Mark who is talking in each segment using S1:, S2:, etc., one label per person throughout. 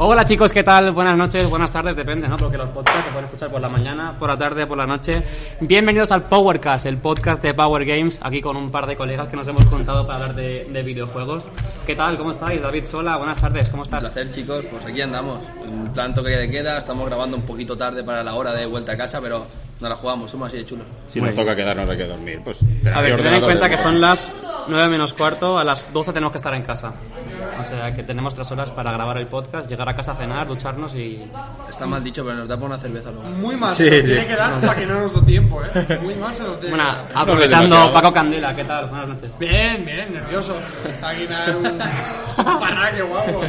S1: Hola chicos, ¿qué tal? Buenas noches, buenas tardes, depende, ¿no? Porque los podcasts se pueden escuchar por la mañana, por la tarde, por la noche. Bienvenidos al Powercast, el podcast de Power Games, aquí con un par de colegas que nos hemos juntado para hablar de, de videojuegos. ¿Qué tal? ¿Cómo estáis? David Sola, buenas tardes, ¿cómo
S2: Un
S1: estás?
S2: placer, chicos. Pues aquí andamos. En plan toque de queda. Estamos grabando un poquito tarde para la hora de vuelta a casa, pero no la jugamos. Somos así de chulos.
S3: Si
S1: Muy
S3: nos
S1: bien.
S3: toca quedarnos aquí a dormir, pues
S1: A
S3: tenemos
S1: ver, ten en
S3: ordenador
S1: cuenta
S3: de
S1: que
S3: móvil.
S1: son las 9 menos cuarto, a las 12 tenemos que estar en casa. O sea que tenemos tres horas para grabar el podcast, llegar a casa a cenar, ducharnos y...
S2: Está mal dicho, pero nos da por una cerveza luego.
S4: Muy mal,
S3: Sí,
S4: se nos
S3: sí.
S4: tiene que dar hasta que no nos dé tiempo, ¿eh? Muy mal se nos tiene
S1: Bueno,
S4: que dar.
S1: aprovechando,
S3: demasiado.
S1: Paco Candela, ¿qué tal? Buenas noches.
S4: Bien, bien, nervioso. Está aquí nada, un un parraque guapo.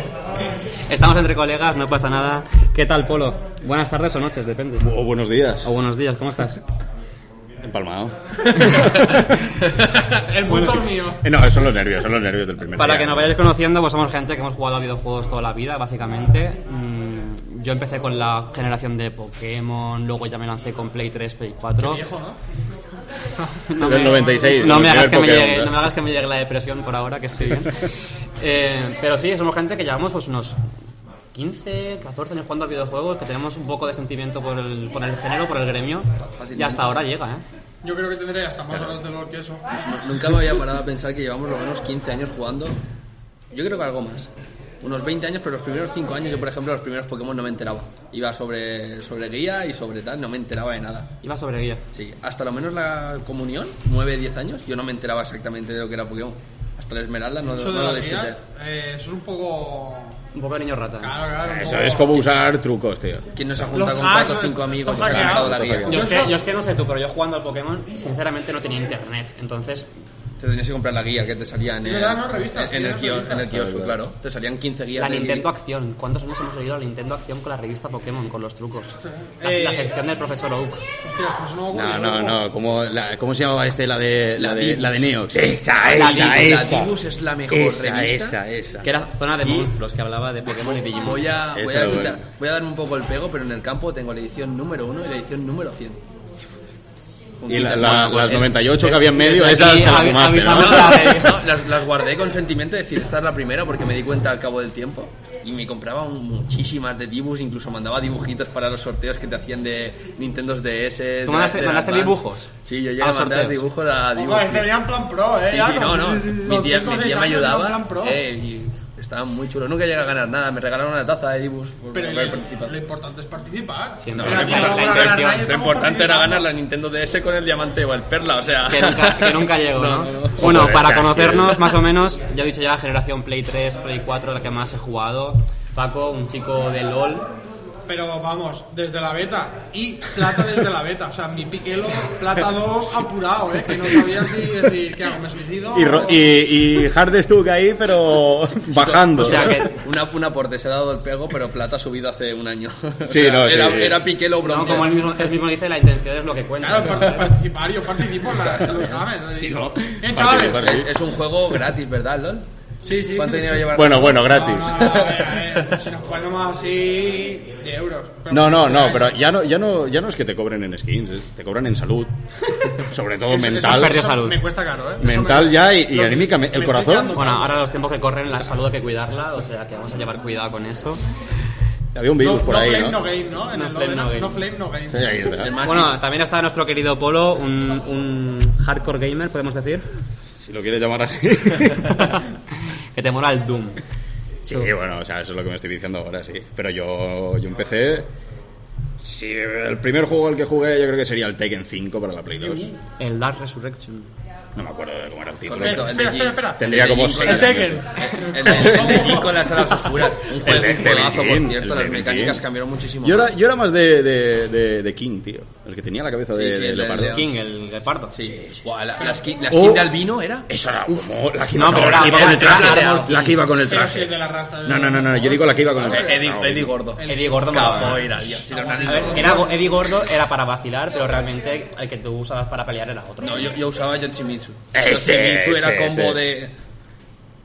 S1: Estamos entre colegas, no pasa nada. ¿Qué tal, Polo? Buenas tardes o noches, depende.
S3: O buenos días.
S1: O buenos días, ¿cómo estás?
S3: Empalmado.
S4: El punto es mío.
S3: Eh, No, son los nervios, son los nervios del primer
S1: Para
S3: día.
S1: que nos vayáis conociendo, pues somos gente que hemos jugado a videojuegos toda la vida, básicamente. Mm, Yo empecé con la generación de Pokémon, luego ya me lancé con Play 3, Play 4.
S4: Viejo, ¿no?
S1: No
S3: Del 96,
S1: No
S3: el
S1: me, hagas que
S3: primer
S1: me
S3: Pokémon,
S1: llegue,
S3: ¿eh?
S1: no me hagas que me llegue la depresión por ahora, que estoy bien. Eh, pero sí, somos gente que llevamos pues, unos 15, 14 años jugando a videojuegos, que tenemos un poco de sentimiento por el, por el género, por el gremio. Y hasta ahora llega, ¿eh?
S4: Yo creo que tendré hasta más horas de dolor que eso.
S2: Nunca me había parado a pensar que llevamos lo menos 15 años jugando. Yo creo que algo más. Unos 20 años, pero los primeros 5 años, yo por ejemplo, los primeros Pokémon no me enteraba. Iba sobre, sobre guía y sobre tal, no me enteraba de nada.
S1: Iba sobre guía.
S2: Sí, hasta lo menos la comunión, 9, 10 años, yo no me enteraba exactamente de lo que era Pokémon. Hasta la Esmeralda no,
S4: Eso
S2: no
S4: de
S2: lo
S4: las
S2: descifré.
S4: guías, eh, eso es un poco...
S1: Un poco de niño rata. ¿eh?
S4: Claro, claro. un
S3: Eso
S4: poco-
S3: es como usar trucos, tío.
S2: ¿Quién no se ha
S4: Los
S2: juntado con
S4: hacks,
S2: cuatro o
S4: los-
S2: cinco amigos y
S4: los
S2: se ha cantado
S4: hackeados.
S2: la guía?
S1: Yo
S4: Yo
S1: es, que,
S4: so-
S1: yo es que no sé tú, pero yo jugando al Pokémon, sinceramente no tenía internet. Entonces,
S2: Te tenías que comprar la guía que te salía en
S4: Es
S2: el,
S4: verdad, ¿no? Revistas,
S2: en el
S4: sí,
S2: kios-
S4: revistas.
S2: en el kiosco, claro. Te salían 15 guías.
S1: la
S2: de
S1: Nintendo
S2: guía.
S1: Acción. ¿Cuántos años hemos seguido la Nintendo Acción con la revista Pokémon, con los trucos? La,
S4: Eh,
S1: la sección del profesor Oak.
S4: Hostias, pues
S3: No,
S4: no... güey,
S3: no, no. Como la- ¿Cómo se llamaba este? La de, la
S2: La
S3: de,
S2: Dibus.
S3: la de Neox. Esa,
S1: La
S3: esa,
S1: Dibus,
S3: esa.
S2: la Dibus es la mejor
S3: esa,
S2: revista.
S3: Esa, esa,
S1: Que era zona de monstruos, que hablaba de Pokémon y Digimon.
S2: Voy a, voy,
S3: Eso
S2: a
S3: lo
S2: quitar-
S3: veo.
S2: voy a darme un poco el pego, pero en el campo tengo la edición número 1 y la edición número 100.
S3: Y la-
S2: Juntitas,
S3: la-
S2: bueno,
S3: las
S2: pues,
S3: 98 que había en medio,
S1: desde
S3: esas
S1: aquí
S3: te las
S1: avi-
S3: fumaste,
S2: No,
S3: ¿no?
S1: avisamos-
S2: no, no, las, las guardé con sentimiento de decir, esta es la primera porque me di cuenta al cabo del tiempo. Y me compraba un- muchísimas de Dibus, incluso mandaba dibujitos para los sorteos que te hacían de Nintendo DS. de
S1: ¿Tú mandaste-
S2: la- de la
S1: mandaste
S2: Advance.
S1: dibujos
S2: Sí, yo
S1: a
S2: llegué a,
S1: los
S2: mandar
S1: sorteos?
S2: dibujos a Dibus.
S4: Ojo, este tenían plan pro, ¿eh?
S2: Sí,
S4: ya,
S2: sí, no,
S4: con-
S2: no.
S4: sí, sí, sí,
S2: Mi
S4: los
S2: tía,
S4: cinco,
S2: mi
S4: seis
S2: tía me
S4: años tenían
S2: ayudaba.
S4: plan pro.
S2: eh, y estaba muy chulo. Nunca llegué a ganar nada. Me regalaron una taza de Dibus por
S4: Pero
S2: haber
S4: lo-
S2: participado.
S4: lo importante es participar.
S1: Sí, no,
S4: Mira,
S2: No,
S1: Pero
S2: lo
S4: aquí
S1: la-
S2: importante-
S1: la
S4: no vamos a ganar
S1: intención-
S4: nadie,
S2: lo
S4: estamos
S2: importante era
S4: participando.
S2: ganar la Nintendo DS con el diamante o el perla, o sea.
S1: Que nunca, que nunca llegó, ¿no?
S2: No, no, no.
S1: Bueno,
S3: Joder,
S1: para
S3: casi.
S1: conocernos más o menos, ya he dicho ya, generación Play 3, Play 4, la que más he jugado. Paco, un chico de LOL.
S4: Pero vamos, desde la beta. Y plata desde la beta. O sea, mi piquelo, plata 2 apurado, ¿eh? Que no sabía si decir, ¿qué hago? ¿Me suicido?
S3: Y, ro-
S4: o-
S3: y, y Hard Stuck ahí, pero bajando.
S1: O sea que-
S2: Un ap- un aporte se ha dado el pego, pero plata ha subido hace un año. O
S3: Sí,
S2: sea,
S3: no, sí,
S2: era,
S3: sí.
S2: era piqué lo
S1: No,
S2: bronce.
S1: como él mismo, él mismo dice, la intención es lo que cuenta.
S4: Claro, par- participar, yo participo, la- lo sabes.
S3: Sí, ¿no?
S4: Bien, chavales.
S3: Participar.
S2: es, es un juego gratis, ¿verdad, LOL?
S4: Sí, sí.
S2: ¿Cuánto
S4: sí,
S2: dinero
S4: sí.
S2: llevará?
S3: Bueno, bueno,
S4: No,
S3: gratis.
S4: no, no, a ver, a ver, si nos ponemos así de euros. Pero- ¿eh?
S3: No, no, no, pero ya no, ya no, ya no es que te cobren en skins, es- te cobran en salud, sobre todo
S4: Eso- eso-
S3: mental.
S4: eso
S1: perdido salud.
S4: Me cuesta caro, ¿eh? Eso
S3: Mental
S4: me-
S3: ya y- y
S4: lo-
S3: anímicamente, el
S4: me estoy
S3: corazón.
S4: quedando
S1: Bueno,
S4: calvo.
S1: ahora los tiempos que corren, la salud hay que cuidarla, o sea que vamos a llevar cuidado con eso.
S3: Había un
S4: No,
S3: virus por
S4: no
S3: ahí,
S4: flame,
S3: ¿no?
S4: no, game, ¿no? En
S1: No flame,
S4: el lobby,
S1: no
S4: no,
S1: game.
S4: no flame, no game.
S3: Sí, ahí está.
S2: El más
S1: Bueno, también está nuestro querido Polo, un, un hardcore gamer, podemos decir,
S3: Si lo quieres llamar así.
S1: que te mola el Doom.
S3: sí, bueno, o sea, eso es lo que me estoy diciendo ahora, sí. Pero yo, yo empecé... Sí, el primer juego al que jugué yo creo que sería el Tekken 5 para la Play 2.
S1: El Dark Resurrection.
S3: No me acuerdo de cómo era el título.
S2: Correcto,
S3: pero
S2: el de
S4: Espera,
S2: Jin.
S4: espera, espera.
S3: Tendría
S2: El de
S3: como
S2: Jin con
S3: seis
S2: las-
S4: años.
S2: El de, el de Jin con las alas oscuras. Un juego,
S3: El de-
S2: un juegazo,
S3: el de Jin,
S2: por cierto.
S3: el
S2: Las
S3: de
S2: mecánicas
S3: Jin.
S2: cambiaron muchísimo.
S3: Yo era, yo era más de, de, de- de King, tío. El que tenía la cabeza
S2: Sí,
S3: de,
S2: sí,
S3: de
S2: el de
S3: leopardo.
S2: león.
S1: King, el guepardo.
S2: Sí. Guau, la, la skin, la
S3: Oh.
S2: skin de albino era.
S3: Eso era como la que
S1: No,
S3: iba,
S1: pero
S3: no, la
S1: era
S3: que iba con el
S1: Armor-
S3: traje.
S1: Armor
S3: La que iba con el
S4: Pero si el de
S3: traje.
S4: la rasta.
S3: No, no, no, no, yo digo la que iba con el traje.
S2: Eddie, Eddie Gordo.
S1: Eddie Gordo me lo
S2: Capoeira, Dios, si no, no,
S1: A
S2: no.
S1: ver, era, go- Eddie Gordo era para vacilar, pero realmente el que tú usabas para pelear era otro.
S2: No, yo, yo usaba Yoshimitsu.
S3: Ese,
S2: Yoshimitsu
S3: ese,
S2: era combo
S3: ese.
S2: de.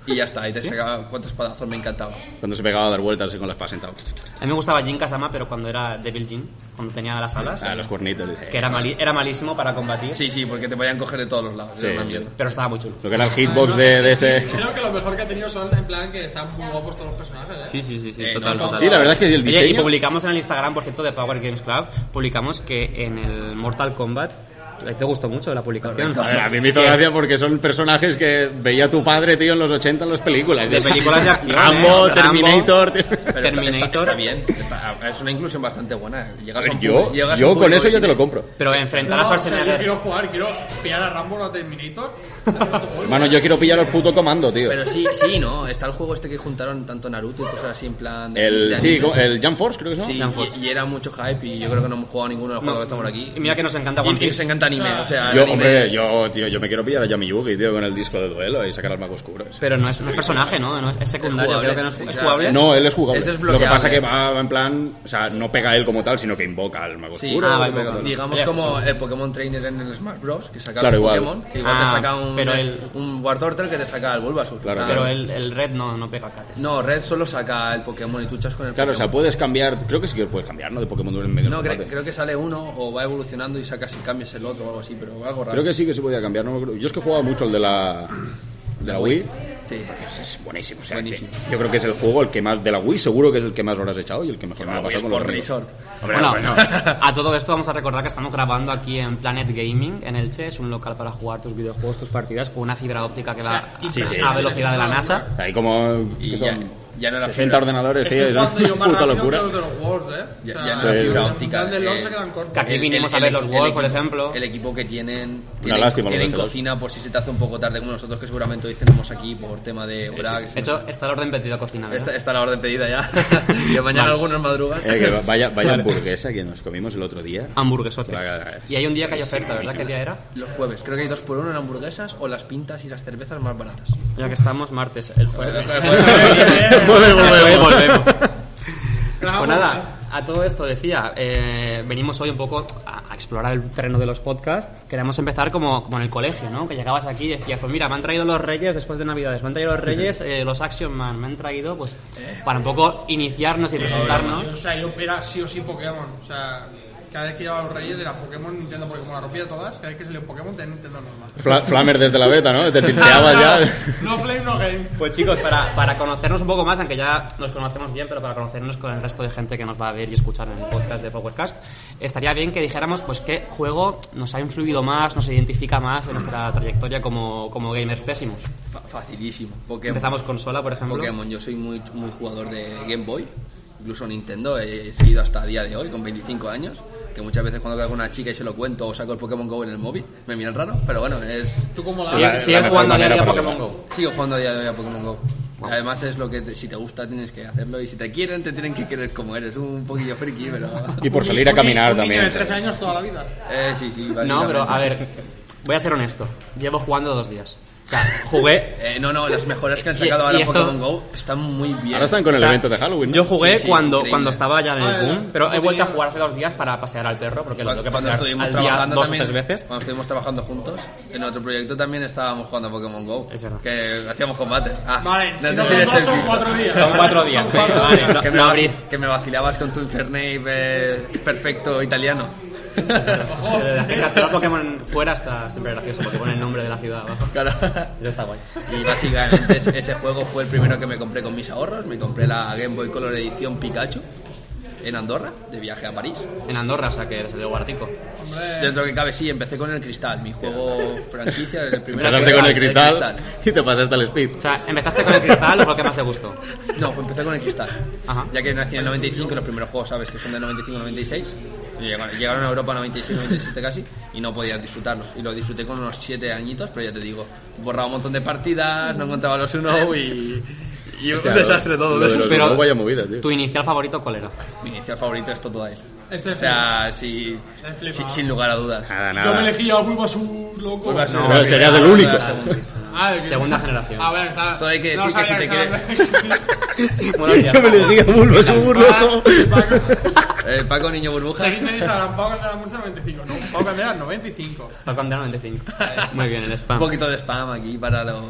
S2: Y ya está, y te sacaba cuántos espadazos me encantaba.
S3: Cuando se pegaba a dar vueltas así con las palas sentado.
S1: A mí me gustaba Jin Kazama, pero cuando era Devil Jin, cuando tenía las alas,
S3: A Ah, los cuernitos. y-
S1: que era, mali- era malísimo para combatir,
S2: Sí, sí, porque te podían coger de todos los lados.
S3: Sí.
S2: era una mierda.
S1: pero estaba muy chulo.
S3: Lo que era el
S4: Además,
S3: hitbox
S4: es
S3: Pues de,
S4: que
S3: de
S4: sí,
S3: ese.
S4: Creo que lo mejor que ha tenido son, en plan, que están muy guapos todos los personajes, ¿eh?
S1: Sí, sí, sí, sí,
S2: Eh,
S1: total,
S2: no, no.
S1: total.
S3: Sí, la verdad es que
S1: Oye,
S3: el
S1: y
S3: diseño-
S1: publicamos en el Instagram, por cierto, de Power Games Club, publicamos que en el Mortal Kombat, a ti te gustó mucho la publicación.
S3: A ver, a mí me hizo gracia porque son personajes que veía tu padre, tío, en los 80 en las películas.
S1: De películas de acción,
S3: Rambo,
S1: ¿eh? Rambo.
S3: Terminator. tío.
S2: Pero está- está,
S1: Terminator.
S2: está bien, está- es una inclusión bastante buena.
S3: A
S2: Llegas a
S3: ver,
S2: un
S3: yo,
S2: público- llegas a un
S3: yo con
S2: público
S3: eso
S2: que
S3: yo te lo
S2: tiene-
S3: compro.
S1: Pero enfrentar a
S4: No, o sea, yo
S1: Schwarzenegger...
S4: quiero jugar, quiero pillar a Rambo o a Terminator.
S3: Hermano, yo quiero pillar los puto comando, tío.
S2: Pero sí, sí, no. Está el juego este que juntaron tanto Naruto y cosas así en plan. de- de
S3: El, sí,
S2: animes.
S3: el Jump Force, creo que
S2: Sí,
S3: es, ¿no?
S1: Jump Force.
S2: y, y era mucho hype y yo creo que no hemos jugado ninguno de los
S1: No.
S2: juegos que estamos aquí.
S1: Y mira que nos encanta One
S2: Y- y
S1: Piece.
S2: nos encanta anime, o sea. el
S3: Yo,
S2: anime
S3: hombre,
S2: es-
S3: yo, tío, yo me quiero pillar a Yami Yugi, tío, con el disco de duelo y sacar al mago oscuro. ese.
S1: Pero no es, no es personaje, ¿no? No es, es secundario,
S2: Es jugable,
S1: creo que no es, ¿es
S2: claro.
S1: jugable.
S3: No, él es jugable.
S2: Es
S3: Lo que
S2: desbloqueable.
S3: pasa que va va en plan, o sea, no pega él como tal, sino que invoca al mago
S2: Sí,
S3: oscuro.
S1: ah, vale,
S3: pega
S1: vale.
S3: todo.
S2: digamos
S1: Ya,
S2: como el Pokémon Trainer en el Smash Bros. que saca
S3: Claro,
S2: el
S3: igual.
S2: Pokémon, que igual
S1: Ah,
S2: te saca un,
S1: pero el-
S2: un War Turtle que te saca el Bulbasaur.
S3: Claro,
S2: Ah,
S1: Pero el, el red no, no pega cates.
S2: No, Red solo saca el Pokémon y tú echas con el
S3: Claro, o sea,
S2: Pokémon.
S3: puedes cambiar, creo que sí que puedes cambiar, ¿no? De Pokémon en medio
S2: No,
S3: del
S2: cre-
S3: combate.
S2: creo que sale uno o va evolucionando y sacas y cambias el otro o algo así, pero algo raro.
S3: Creo que sí que se podía cambiar, no me acuerdo. Yo es que jugaba mucho el de la, de la Wii.
S2: Sí.
S3: Es, es buenísimo, o sea,
S2: Buenísimo.
S3: que- yo creo que es el juego el que más, de la Wii seguro que es el que más horas he echado y el que mejor me lo ha pasado
S2: Es
S3: con los
S2: por
S3: amigos.
S2: Resort.
S3: Hombre,
S1: bueno,
S3: bueno.
S1: a todo esto vamos a recordar que estamos grabando aquí en Planet Gaming, en Elche. Es un local para jugar tus videojuegos, tus partidas, con una fibra óptica que va
S4: sea,
S1: a-
S3: sí.
S1: a velocidad de la NASA.
S3: Hay como
S2: Y
S3: que
S2: ya,
S3: son
S2: ya no era
S3: 60
S2: fibra.
S3: ordenadores, tío,
S4: Estoy
S3: es una
S4: jugando yo más
S3: puta
S4: rápido
S3: locura.
S4: que los de los Worlds, ¿eh?
S2: Ya-
S4: O sea,
S2: ya no era
S4: el
S3: fibra
S2: óptica,
S4: final del LoL
S2: eh,
S4: se quedan cortos.
S1: que aquí
S2: El-
S1: vinimos
S2: el
S1: a ver
S2: equi-
S1: los Worlds,
S2: el
S1: por
S2: equipo-
S1: ejemplo.
S2: El equipo que tienen, tienen,
S3: lástima,
S2: tienen
S3: los de los.
S2: cocina por si se te hace un poco tarde como nosotros que seguramente hoy cenamos aquí por tema de hora. que se
S1: De
S2: nos-
S1: hecho, está el orden pedido ¿eh? a cocina, ¿verdad?
S2: está, está la orden pedida ya. que mañana
S1: Vale.
S2: algunos madrugan.
S3: Eh, que vaya vaya hamburguesa que nos comimos el otro día.
S1: Hamburguesote.
S3: Vale, vale, vale.
S1: Y hay un día que hay oferta, ¿verdad?
S3: Buenísimo.
S1: ¿Qué día era?
S2: Los jueves, creo que hay dos por uno en hamburguesas o las pintas y las cervezas más baratas.
S1: Ya que estamos martes, el jueves.
S3: Volvemos, volvemos.
S1: Pues nada, a todo esto decía, eh, venimos hoy un poco a, a explorar el terreno de los podcasts. Queremos empezar como, como en el colegio, ¿no? Que llegabas aquí y decías, pues mira, me han traído los Reyes después de Navidades, me han traído los Reyes, eh, los Action Man, me han traído, pues, para un poco iniciarnos y
S4: O
S1: presentarnos.
S4: sea, yo era sí o sí Pokémon. O sea, cada vez que iba a los Reyes era Pokémon, Nintendo, porque como la rompía todas, cada vez que salió un Pokémon tenía Nintendo normal.
S3: Fla- Flamer desde la beta, ¿no? Te tilteabas ya.
S4: No flame, no game.
S1: Pues chicos, para, para conocernos un poco más, aunque ya nos conocemos bien, pero para conocernos con el resto de gente que nos va a ver y escuchar en el podcast de Powercast, estaría bien que dijéramos pues qué juego nos ha influido más, nos identifica más en nuestra trayectoria como, como gamers pésimos.
S2: Fa- facilísimo. Pokémon.
S1: Empezamos consola, por ejemplo.
S2: Pokémon. Yo soy muy, muy jugador de Game Boy, incluso Nintendo. He seguido hasta día de hoy, con 25 años. Que muchas veces cuando quedo con una chica y se lo cuento o saco el Pokémon Go en el móvil, me miran raro, pero bueno, es.
S4: ¿Tú cómo la
S1: Sí,
S3: La- la
S1: sigue
S3: mejor
S1: jugando a
S3: manera
S1: diario a
S3: para
S1: Pokémon
S3: llegar.
S1: Go.
S2: Sigo jugando a día de hoy a Pokémon Go. Además es lo que te- si te gusta tienes que hacerlo y si te quieren te tienen que querer como eres, un poquillo friki, pero...
S3: Y por salir a
S4: Un ni-
S3: caminar
S4: un niño
S3: también.
S4: de 13 años toda la vida.
S2: Eh, sí, sí,
S1: No,
S2: básicamente.
S1: pero a ver, voy a ser honesto. Llevo jugando dos días. O sea, jugué.
S2: Eh, no, no, las mejoras que han
S1: Y-
S2: sacado ahora
S1: y
S2: en
S1: esto-
S2: Pokémon Go están muy bien.
S3: Ahora están con el evento de Halloween. ¿no?
S1: Yo jugué
S2: Sí, sí,
S1: cuando,
S2: increíble.
S1: cuando estaba ya en
S4: Ah,
S1: el boom,
S4: ya.
S1: pero he
S4: Yo
S1: vuelto a
S4: tenía-
S1: jugar hace dos días para pasear al perro, porque lo tengo que pasear
S2: estuvimos
S1: al día
S2: trabajando
S1: dos o
S2: también,
S1: tres veces.
S2: Cuando estuvimos trabajando juntos, en otro proyecto también estábamos jugando a Pokémon Go.
S1: Es verdad.
S2: Que hacíamos combates. Ah,
S4: Vale, si no
S2: te
S4: son
S2: tienes
S4: dos,
S2: el
S4: son
S2: pico.
S4: cuatro días.
S1: Son cuatro días.
S4: Son cuatro
S1: Vale,
S4: días.
S1: no,
S2: que, me
S1: no
S2: va-
S1: abrí.
S2: que me vacilabas con tu Infernape eh, perfecto italiano.
S4: Oh.
S1: La gente hace los Pokémon fuera está siempre gracioso, porque pone el nombre de la ciudad abajo.
S2: Claro.
S1: Eso está guay.
S2: Y básicamente es- ese juego fue el primero que me compré con mis ahorros. Me compré la Game Boy Color Edición Pikachu en Andorra, de viaje a París.
S1: En Andorra, o sea que salió guartico.
S2: Dentro que cabe, sí, empecé con el Cristal, mi juego franquicia, el primero.
S3: Empezaste
S2: que-
S3: con el
S2: el
S3: cristal y te pasaste al speed.
S1: O sea, empezaste con el cristal, lo que más te gustó.
S2: No, pues empecé con el cristal.
S1: Ajá.
S2: Ya que nací en el 95, y los primeros juegos sabes que son del 95 96. y Llegaron, llegaron a Europa en 96, 97 casi, y no podías disfrutarlos. Y los disfruté con unos 7 añitos, pero ya te digo, borraba un montón de partidas, no encontraba los uno y. y un
S3: Hostia,
S2: desastre
S3: lo
S2: todo.
S3: de
S2: eso.
S3: los
S1: pero-
S3: Go, vaya movida, tío.
S1: ¿Tu inicial favorito cuál era?
S4: Ah,
S2: Mi inicial favorito es Totodile.
S4: Este
S2: O
S4: es
S2: sea, sí,
S4: Está flipado.
S2: sin, sin lugar a dudas.
S3: Nada,
S4: Yo me
S3: nada.
S4: elegí a Bulbasur, loco.
S2: Vuelve a ser-
S3: No,
S2: vuelve a
S3: serías
S2: ser
S3: el
S2: la
S3: único.
S2: segunda.
S4: Ah, el que-
S1: Segunda generación.
S4: Ah, bueno, está.
S2: Todo hay que
S4: No
S2: decir que
S4: sabía
S2: si te
S4: que se
S2: quieres-
S4: llama-
S1: Buenos días.
S3: Yo me elegí a Bulbasaur, loco.
S4: Paco.
S2: Eh, eh, Paco Niño Burbuja.
S4: Seguidme en Instagram, Pau Candela Murcia 95. No, Pau Candela 95.
S1: Paco Andrea 95. Muy bien, el
S2: Un pues
S1: spam.
S2: poquito de spam aquí para los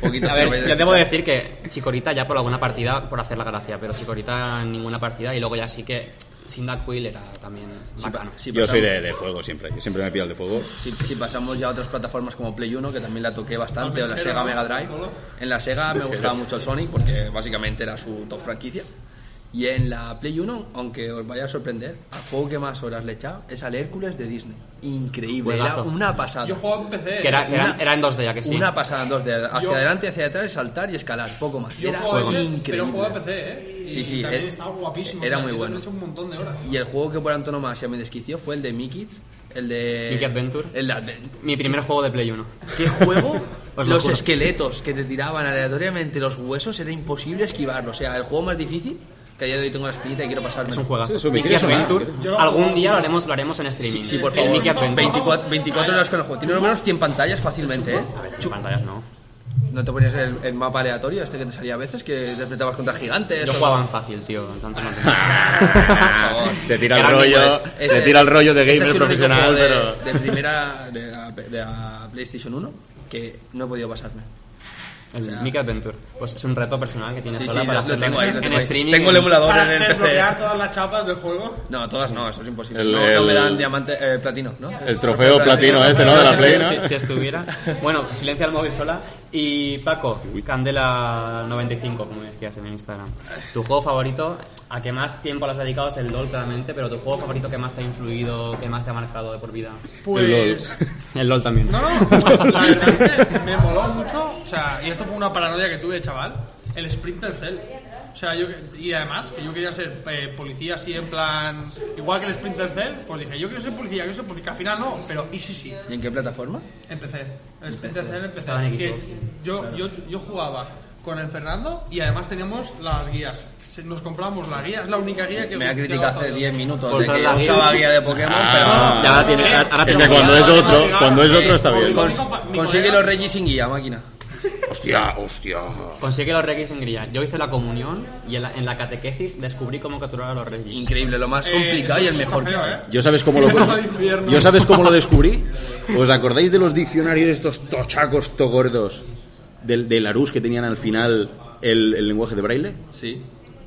S2: poquitos
S1: A
S2: que vais
S1: ver, yo debo
S2: escuchar.
S1: decir que Chicorita ya por alguna partida, por hacer la gracia, pero Chicorita en ninguna partida y luego ya sí que Sin Dark Quill era también
S2: Si, pa-
S1: bacano.
S2: si
S3: Yo soy
S2: pasamos-
S3: de, de fuego siempre. Yo siempre me pido el de fuego.
S2: Si, si pasamos ya a otras plataformas como Play 1, que también la toqué bastante, o la
S4: Mechero,
S2: Sega
S4: ¿no?
S2: Mega Drive.
S4: Solo.
S2: En la Sega me gustaba mucho el Sonic porque básicamente era su top franquicia. Y en la Play 1, aunque os vaya a sorprender, al juego que más horas le he echado es al Hércules de Disney. Increíble, era
S1: Juegazo.
S2: una pasada.
S4: Yo jugaba en PC.
S1: Que era, que era,
S2: una-
S1: era en 2D, ya que sí.
S2: Una pasada, dos de hacia
S4: Yo-
S2: adelante, hacia atrás, saltar y escalar, poco más.
S4: Yo
S2: era
S4: jugaba ese,
S2: increíble.
S4: pero jugaba en PC, ¿eh? Y
S2: Sí, sí,
S4: También
S2: eh,
S4: estaba guapísimo.
S2: era
S4: o sea,
S2: muy
S4: yo también
S2: bueno.
S4: he hecho un montón de horas.
S2: Y el juego que por antonomasia me desquició fue el de Mickey, el de...
S1: Mickey Adventure.
S2: El de Adventure.
S1: Mi primer juego de Play 1.
S2: ¿Qué juego?
S1: Os lo
S2: los
S1: juro.
S2: esqueletos que te tiraban aleatoriamente los huesos era imposible esquivarlo. O sea, el juego más difícil que a día de hoy tengo la espinita y quiero pasarme.
S1: Es un juegazo.
S3: Sí, eso me
S1: Mickey
S3: quiere sonar,
S1: Adventure,
S3: me
S4: quiere sonar.
S1: algún día lo haremos, lo haremos en streaming.
S2: Sí, sí, por
S1: El
S2: favor.
S1: Mickey Adventure.
S2: 24, 24 horas con el juego. Tiene al menos 100 pantallas fácilmente, ¿eh?
S1: A ver, en pantallas no.
S2: ¿No te ponías el, el mapa aleatorio este que te salía a veces? Que te enfrentabas contra gigantes.
S1: Yo
S2: o-
S1: jugaba en fácil, tío. Entonces no
S2: favor.
S3: se tira el
S1: Eran
S3: rollo,
S1: iguales.
S2: Pues Ese-
S3: se tira el rollo de
S2: ese
S3: gamer
S2: es el único
S3: profesional,
S2: juego de,
S3: pero
S2: De primera, de la, de la PlayStation 1, que no he podido pasarme.
S1: El Mickey Adventure. Pues es un reto personal que tienes
S2: Sí,
S1: sola
S2: sí,
S1: para
S2: lo, lo
S1: hacerlo
S2: tengo
S1: en-
S2: ahí. Lo
S1: en
S2: tengo, ahí.
S1: streaming.
S2: tengo el emulador
S4: Para
S2: en el PC.
S4: desbloquear todas las chapas del juego.
S2: No, todas no, eso es imposible.
S3: El-
S2: no, no me
S3: el-
S2: dan diamante, eh, platino, ¿no?
S3: el trofeo platino este, ¿no? De la
S1: Sí,
S3: Play,
S1: sí,
S3: ¿no?
S1: sí, Si estuviera. Bueno, silencia el móvil sola. Y Paco, Candela95, como decías en Instagram. ¿Tu juego favorito? ¿A qué más tiempo le has dedicado? Es el LOL, claramente, pero ¿tu juego favorito que más te ha influido, que más te ha marcado de por vida?
S4: Pues.
S1: El LOL también.
S4: No, no, pues, la verdad es que me moló mucho. O sea, y esto fue una paranoia que tuve, chaval. El sprint del cel. O sea, yo, y además, que yo quería ser eh, policía así en plan. Igual que el sprint del cel, pues dije, yo quiero ser policía, quiero ser policía. Al final no, pero y sí, sí.
S2: ¿Y en qué plataforma?
S4: Empecé. El sprint del cel empecé.
S1: Estaba en
S4: Que
S1: Xbox, sí,
S4: yo, yo, yo jugaba con el Fernando y además teníamos las guías. Se- Nos compramos la guía, es la única guía que.
S2: Me ha
S4: que
S2: criticado
S4: ha
S2: hace
S4: gastado.
S2: 10 minutos
S1: Por
S2: de
S1: usar
S2: que
S1: la guía.
S2: usaba guía de Pokémon,
S3: Ah,
S1: Ya la
S4: Eh,
S1: tiene, ahora
S3: es
S1: tiene
S3: que cuando
S1: guardado.
S3: es otro, cuando es otro está
S2: pero...
S3: bien.
S4: Con-
S2: Cons- consigue los Regis sin guía, máquina.
S3: Hostia, hostia.
S1: Consigue los Regis en grilla. Yo hice la comunión y en la, en la catequesis descubrí cómo capturar a los Regis.
S2: Increíble, lo más
S4: Eh,
S2: complicado y el
S4: eso está
S2: mejor.
S4: feo, ¿eh?
S3: ¿Yo sabes cómo lo
S4: Vamos al infierno.
S3: ¿Yo sabes cómo lo descubrí? ¿Os acordáis de los diccionarios estos tochacos togordos del del Arús que tenían al final el, el lenguaje de braille?
S2: Sí.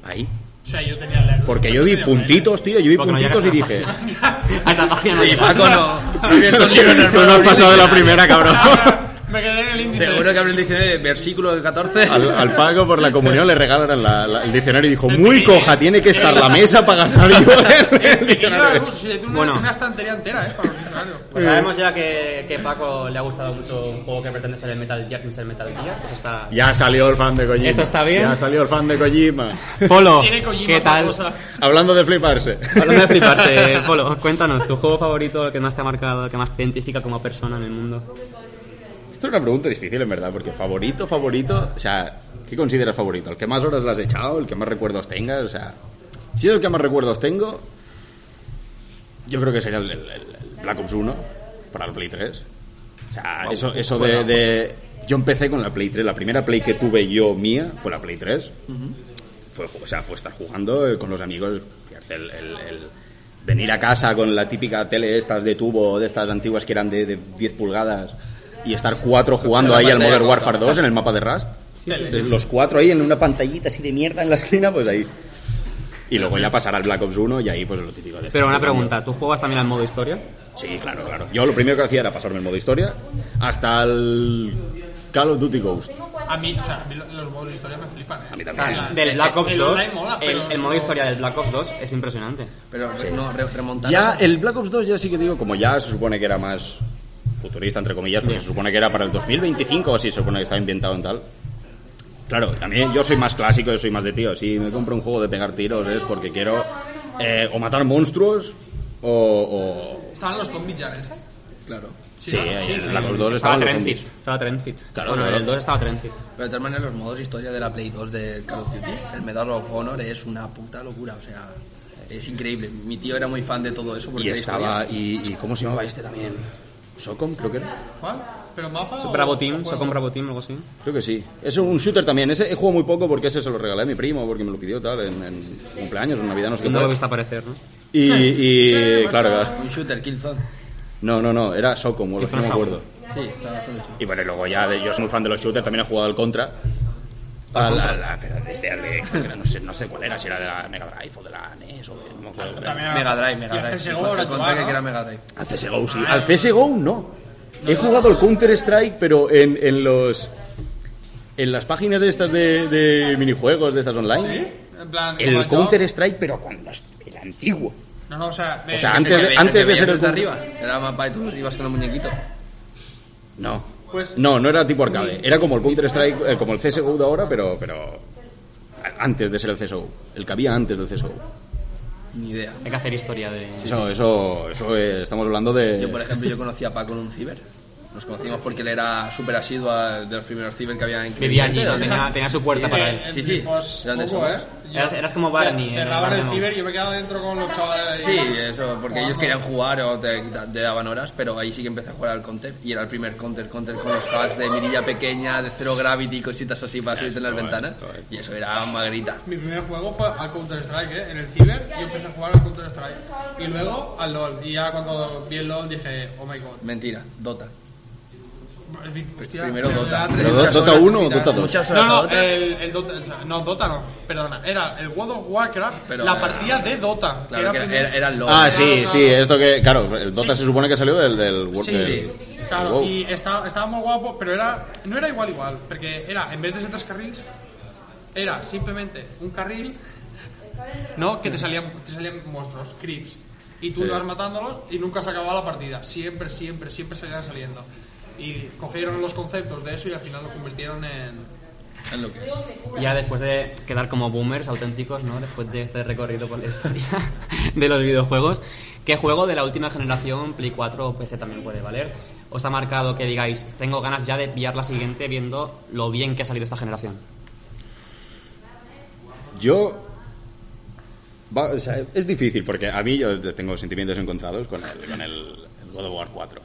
S3: Ahí.
S4: O sea, yo tenía la.
S3: Porque yo vi puntitos, tío, yo vi
S1: Porque no
S3: puntitos y
S1: llegas a
S3: dije.
S1: la página. A esa página no
S2: Sí,
S1: llegas.
S2: Paco no. Ha abierto el libro en el
S3: No nos has
S2: manual
S3: pasado de la
S2: original.
S3: primera, cabrón.
S4: Me quedé en el índice.
S2: Seguro que abre el diccionario de versículo de 14.
S3: Al, al Paco por la comunión le regalaron la- la- el diccionario y dijo, muy coja, tiene que estar la mesa para gastar yo en el
S4: Y claro,
S3: diccionario".
S4: pues, sí, tiene una,
S1: Bueno.
S4: una estantería entera, ¿eh? Para los diccionarios.
S1: Pues sabemos ya que, que Paco le ha gustado mucho un juego que pretende ser el Metal Gear sin ser Metal Gear. Eso está.
S3: Ya salió el fan de Kojima.
S1: Eso está bien.
S3: Ya salió el fan de Kojima.
S1: Polo,
S4: Tiene Kojima
S1: ¿qué
S4: para
S1: tal?
S4: cosas.
S3: Hablando de fliparse.
S1: Hablando de fliparse, Polo, cuéntanos, ¿tu juego favorito, el que más te ha marcado, el que más te identifica como persona en el mundo?
S3: Esto es una pregunta difícil, en verdad, porque favorito, favorito, o sea, ¿qué consideras favorito? ¿El que más horas le has echado? ¿El que más recuerdos tengas? O sea, si es el que más recuerdos tengo, yo creo que sería el, el- el Black Ops 1 para el Play 3. O sea, eso, eso de, de- Yo empecé con la Play 3, la primera Play que tuve yo mía fue la Play 3. fue, o sea, fue estar jugando eh, con los amigos, el, el- el venir a casa con la típica tele estas de tubo, de estas antiguas que eran de, de 10 pulgadas, y estar cuatro jugando
S2: Con la
S3: ahí al
S2: pantalla
S3: Modern
S2: roja.
S3: Warfare 2 en el mapa de Rust. Entonces, Los cuatro ahí en una pantallita así de mierda en la esquina, pues ahí. Y luego ya pasar al Black Ops 1 y ahí pues lo típico de
S1: Pero una
S3: estar jugando.
S1: pregunta, ¿tú jugabas también al modo historia?
S3: Sí, claro, claro. Yo lo primero que hacía era pasarme el modo historia hasta el Call of Duty Ghost.
S4: A mí, o sea, a mí lo- los modos de historia me flipan, ¿eh?
S3: A mí
S1: O
S3: también.
S1: sea,
S4: La-
S1: del Black Ops
S4: el
S1: 2,
S4: online mola,
S1: el,
S4: pero
S1: el modo
S4: eso-
S1: historia del Black Ops 2 es impresionante.
S2: Pero re- no, re- remontar.
S3: Ya, el Black Ops 2 ya sí que digo, como ya se supone que era más futurista, entre comillas, porque
S1: Bien.
S3: se supone que era para el 2025 o así, se supone que estaba inventado en tal. Claro, también yo soy más clásico, yo soy más de tío. Si me compro un juego de pegar tiros es porque quiero eh, o matar monstruos o... o-
S4: Estaban los zombies ya en ese.
S2: Claro.
S3: Sí,
S4: ¿no?
S3: en
S4: sí,
S3: el
S4: sí.
S3: Black Ops 2
S1: Estaba
S3: estaban los
S1: Trendfit,
S3: zombies.
S1: estaba Trendfit.
S3: Claro,
S1: bueno,
S3: claro.
S1: en el 2 estaba Trendfit.
S2: Pero de todas maneras, los modos historia de la Play 2 de Call of Duty, el Medal of Honor es una puta locura, o sea, es increíble. Mi tío era muy fan de todo eso porque
S3: Y
S2: la
S3: estaba...
S2: historia-
S3: Y, y ¿Cómo se llamaba este también? ¿Socom? Creo que era.
S4: ¿Cuál? ¿Pero mapa? o-
S1: Bravo
S4: o
S1: Team,
S4: juego?
S1: Socom Bravo Team, algo así.
S3: Creo que sí. Es un shooter también. Ese he jugado muy poco porque ese se lo regalé a mi primo porque me lo pidió tal en, en cumpleaños o en Navidad, no sé qué
S1: No
S3: tal.
S1: lo he visto aparecer, ¿no?
S3: Y, y-
S4: Sí, macho.
S3: claro, claro.
S2: Un shooter, Killzone.
S3: No no, no, era Socom o algo así, no me
S1: Killzone
S3: acuerdo.
S2: Sí, está bastante chulo.
S3: Y bueno, y luego ya, de- yo soy muy fan de los shooters, también he jugado al Contra. Al- al- al- pero desde al de- creo que era, no, sé, no sé cuál era, si era de la Mega Drive o de la NES o de... No me acuerdo.
S4: También-
S2: Mega Drive, Mega
S4: Y el
S2: Drive.
S4: CSGO
S2: Porque
S4: ahora
S2: el
S4: que va,
S2: contrario
S4: ¿no?
S2: que era Mega Drive.
S3: Al CSGO sí. Al CSGO no. He jugado al Counter Strike, pero en, en los. En las páginas estas de, de minijuegos, de estas online.
S4: En plan, como
S3: El
S4: yo-
S3: Counter Strike, pero cuando es- el antiguo.
S4: No, no, o sea,
S3: O sea,
S4: eh,
S3: antes
S2: El que
S3: de-
S2: veía-
S3: antes
S2: el que
S3: de ser
S2: veía
S3: el
S2: desde
S3: Kun-
S2: arriba. Era mapa y tú ibas con el muñequito.
S3: No.
S4: Pues-
S3: no, no era tipo arcade. Era como el Counter Strike, eh, como el CSGO de ahora, pero. pero a- antes de ser el CSGO. El que había antes del CSGO.
S2: Ni idea.
S1: Hay que hacer historia de...
S3: Eso, eso, eso eh, estamos hablando
S2: Yo, por
S3: de.
S2: ejemplo, yo conocí a Paco en un ciber. Nos conocimos porque él era súper asiduo a- de los primeros ciber que había en
S1: Vivía allí, ¿no?
S2: Crevillente.
S1: Tenía, tenía su puerta
S4: eh,
S1: para él.
S4: en
S2: Sí, sí.
S4: tipos,
S2: ¿De dónde
S4: poco,
S2: somos?
S4: ¿eh? Yo-
S1: Eras- eras como Barney
S4: cer-
S1: en el
S4: Cerraban el
S1: Barnemo.
S4: ciber y yo me quedaba dentro con los chavales.
S2: Sí,
S4: ahí.
S2: eso, porque ellos querían jugar o te, quita- te daban horas, pero ahí sí que empecé a jugar al counter y era el primer counter, counter con los hacks de mirilla pequeña, de cero gravity, cositas así para subirte en las ventanas. Y eso era magrita.
S4: Mi primer juego fue al Counter-Strike, ¿eh? En el ciber yo empecé a jugar al Counter-Strike. Y luego al LoL. Y ya cuando vi el LoL dije, oh my god.
S2: Mentira, Dota.
S4: Hostia,
S2: Pues Primero
S4: me
S2: Dota.
S4: da tres-
S3: Pero Do-
S2: Muchas
S3: Dota
S2: horas,
S3: 1 o
S2: mira,
S3: Dota 2.
S2: Muchas horas
S4: No,
S2: a
S4: no, eh,
S2: Dota.
S4: el, el Dota, no, Dota no, perdona, era el World of Warcraft,
S2: Pero,
S4: la
S2: eh,
S4: partida de
S2: Claro,
S4: Dota.
S2: que era,
S4: primero-
S2: era, era el LoL.
S3: Ah, sí, sí, esto que. Claro, el Dota se supone que salió del. del World-
S2: Sí, sí.
S3: del-
S4: Claro,
S3: WoW.
S4: y estaba, estaba muy guapo, pero era no era igual igual, porque era, en vez de ser tres carriles, era simplemente un carril, ¿no? Que te salían, te salían monstruos, creeps, y tú ibas matándolos y nunca se acababa la partida, siempre, siempre, siempre salían saliendo. Y cogieron los conceptos de eso y al final lo convirtieron en...
S2: Es lo que-
S1: Ya después de quedar como boomers auténticos, ¿no? Después de este recorrido por la historia de los videojuegos, ¿qué juego de la última generación, Play 4 o PC también puede valer? ¿Os ha marcado que digáis, tengo ganas ya de pillar la siguiente viendo lo bien que ha salido esta generación?
S3: Yo. va- o sea, es difícil porque a mí yo tengo sentimientos encontrados con el, con el, el God of War 4.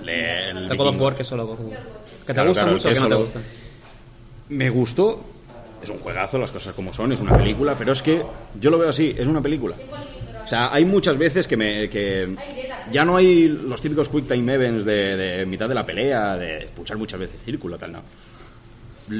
S3: El de. el vikingo.
S1: que solo... Que te
S3: Claro,
S1: gusta
S3: claro,
S1: mucho
S3: el
S1: o
S3: que
S1: que no te gusta.
S3: solo- Me gustó. Es un juegazo, las cosas como son, es una película, pero es que yo lo veo así, es una película. O sea, hay muchas veces que, me, que ya no hay los típicos quick time events de, de mitad de la pelea, de escuchar muchas veces círculo, tal, no.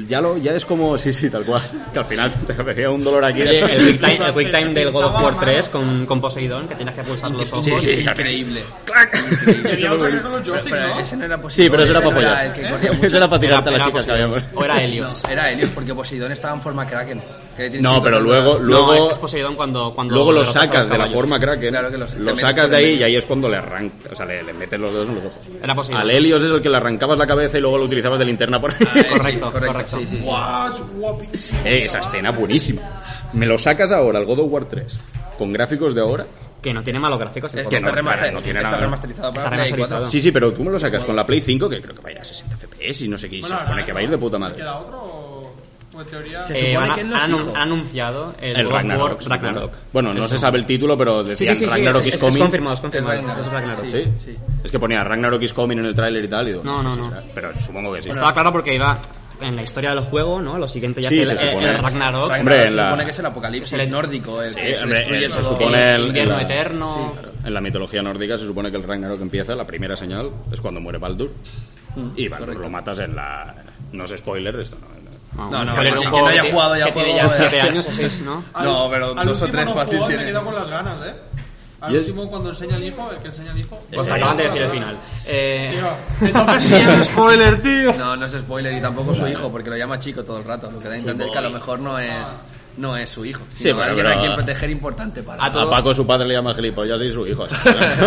S3: Ya, lo, ya es como, sí, sí, tal cual, que al final te veía un dolor aquí.
S1: Oye, el quick time, el
S4: Te
S1: quick time del God of
S4: pintaba
S1: War
S4: mal.
S1: 3 con, con Poseidón, que tenías que pulsar los ojos.
S2: Increíble.
S4: Y había otro que era con los
S2: Pero,
S4: joysticks,
S2: pero
S4: ¿no?
S2: ese no era
S3: Sí,
S2: posible.
S3: pero eso era para
S2: Era el
S3: follar. ¿Eh?
S2: que corría mucho.
S3: Eso era para tirarte a
S1: Era- era
S3: las chicas que habíamos.
S1: Poseidón. O era Helios.
S2: No, era Helios, porque Poseidón estaba en forma Kraken. Que le tienes
S3: No,
S2: que
S3: pero
S2: tratar-
S3: luego,
S1: no,
S3: luego,
S1: es Poseidón cuando... cuando
S3: luego lo
S1: derrotas a los
S3: sacas de la
S1: caballos.
S3: forma Kraken,
S2: Claro que los- te
S3: lo
S2: metes
S3: sacas
S2: por
S3: de
S2: el
S3: ahí
S2: medio.
S3: y ahí es cuando le arrancas, o sea, le, le metes los dedos en los ojos.
S1: Era Poseidón.
S3: Al Helios es el que le arrancabas la cabeza y luego lo utilizabas de linterna por ahí.
S2: Ah, eh, sí,
S1: Correcto, correcto.
S2: Sí, sí.
S4: ¡Guau! es guapísimo!
S3: Eh, esa
S4: chaval.
S3: escena buenísima. Me lo sacas ahora, el God of War 3, con gráficos de ahora.
S1: Que no tiene malos gráficos. el
S2: Es que
S1: juego.
S2: está,
S3: no, claro,
S2: remaster-
S3: no tiene
S2: está
S3: nada.
S2: remasterizado para
S1: Está
S2: Play
S1: remasterizado.
S2: 4.
S3: Sí, sí, pero tú me lo sacas con la Play 5, que creo que va a ir a 60 FPS y no sé qué, y se
S4: Bueno,
S3: supone que va a ir de puta madre.
S4: ¿Queda otro o, o en teoría?
S2: Sí.
S1: Eh,
S2: Se supone
S1: van a-
S2: que él no es
S1: han, han
S2: hijo.
S1: anunciado el, God
S3: El
S1: of War
S3: Ragnarok. supongo.
S1: Ragnarok.
S3: Bueno, no se sabe el título, pero
S1: Sí,
S3: decían
S1: sí, sí, sí,
S3: Ragnarok
S1: es,
S3: is
S1: es-
S3: coming.
S1: es confirmado, es confirmado.
S2: Es Ragnarok.
S1: es Ragnarok.
S2: Sí.
S3: ¿Sí? Es que ponía Ragnarok is coming en el tráiler y tal. y digo,
S1: No,
S3: sé
S1: no,
S3: si
S1: no.
S3: será, Pero supongo que sí.
S1: Estaba claro porque iba en la historia del juego, ¿no? Lo siguiente ya
S3: Sí,
S1: es el,
S3: se
S1: el-
S3: supone.
S1: el Ragnarok.
S2: Ragnarok
S3: Hombre,
S2: se
S3: en la-
S2: supone que es el apocalipsis
S1: el-
S2: nórdico, el
S3: Sí,
S2: que se
S3: hombre,
S2: destruye
S3: eh, se
S2: todo.
S3: supone
S1: el
S3: el-
S1: invierno
S3: el-
S1: eterno.
S3: En la mitología nórdica se supone que el Ragnarok empieza, la primera señal es cuando muere Baldur. y Baldur lo matas en la... No es spoiler de esto, ¿no?
S1: Vamos,
S2: No, no,
S1: spoiler,
S2: sí,
S1: un
S2: que
S1: juego
S2: no haya
S1: que-
S2: jugado ya
S1: que tiene ya
S2: juego, ya.
S1: 7 años o 6, ¿no?
S4: Al-
S2: No, pero
S4: al
S2: dos o
S4: último
S2: tres
S4: no
S2: fácil
S4: jugó,
S2: tiene.
S4: Me quedo con las ganas, ¿eh? Al
S3: Y es-
S4: último, cuando enseña el hijo, el que enseña el hijo.
S1: Pues te acaban de decir el final. Eh,
S4: Tío, entonces sí es spoiler, tío.
S2: No, no es spoiler y tampoco su hijo, porque lo llama chico todo el rato. Lo que da a entender que a lo mejor no es, no es su hijo, sino
S3: pero- Ah,
S2: alguien
S3: pero-
S2: a quien proteger importante para.
S1: A
S3: A
S1: todo-
S3: Paco su padre le llama gilipollas y su hijo.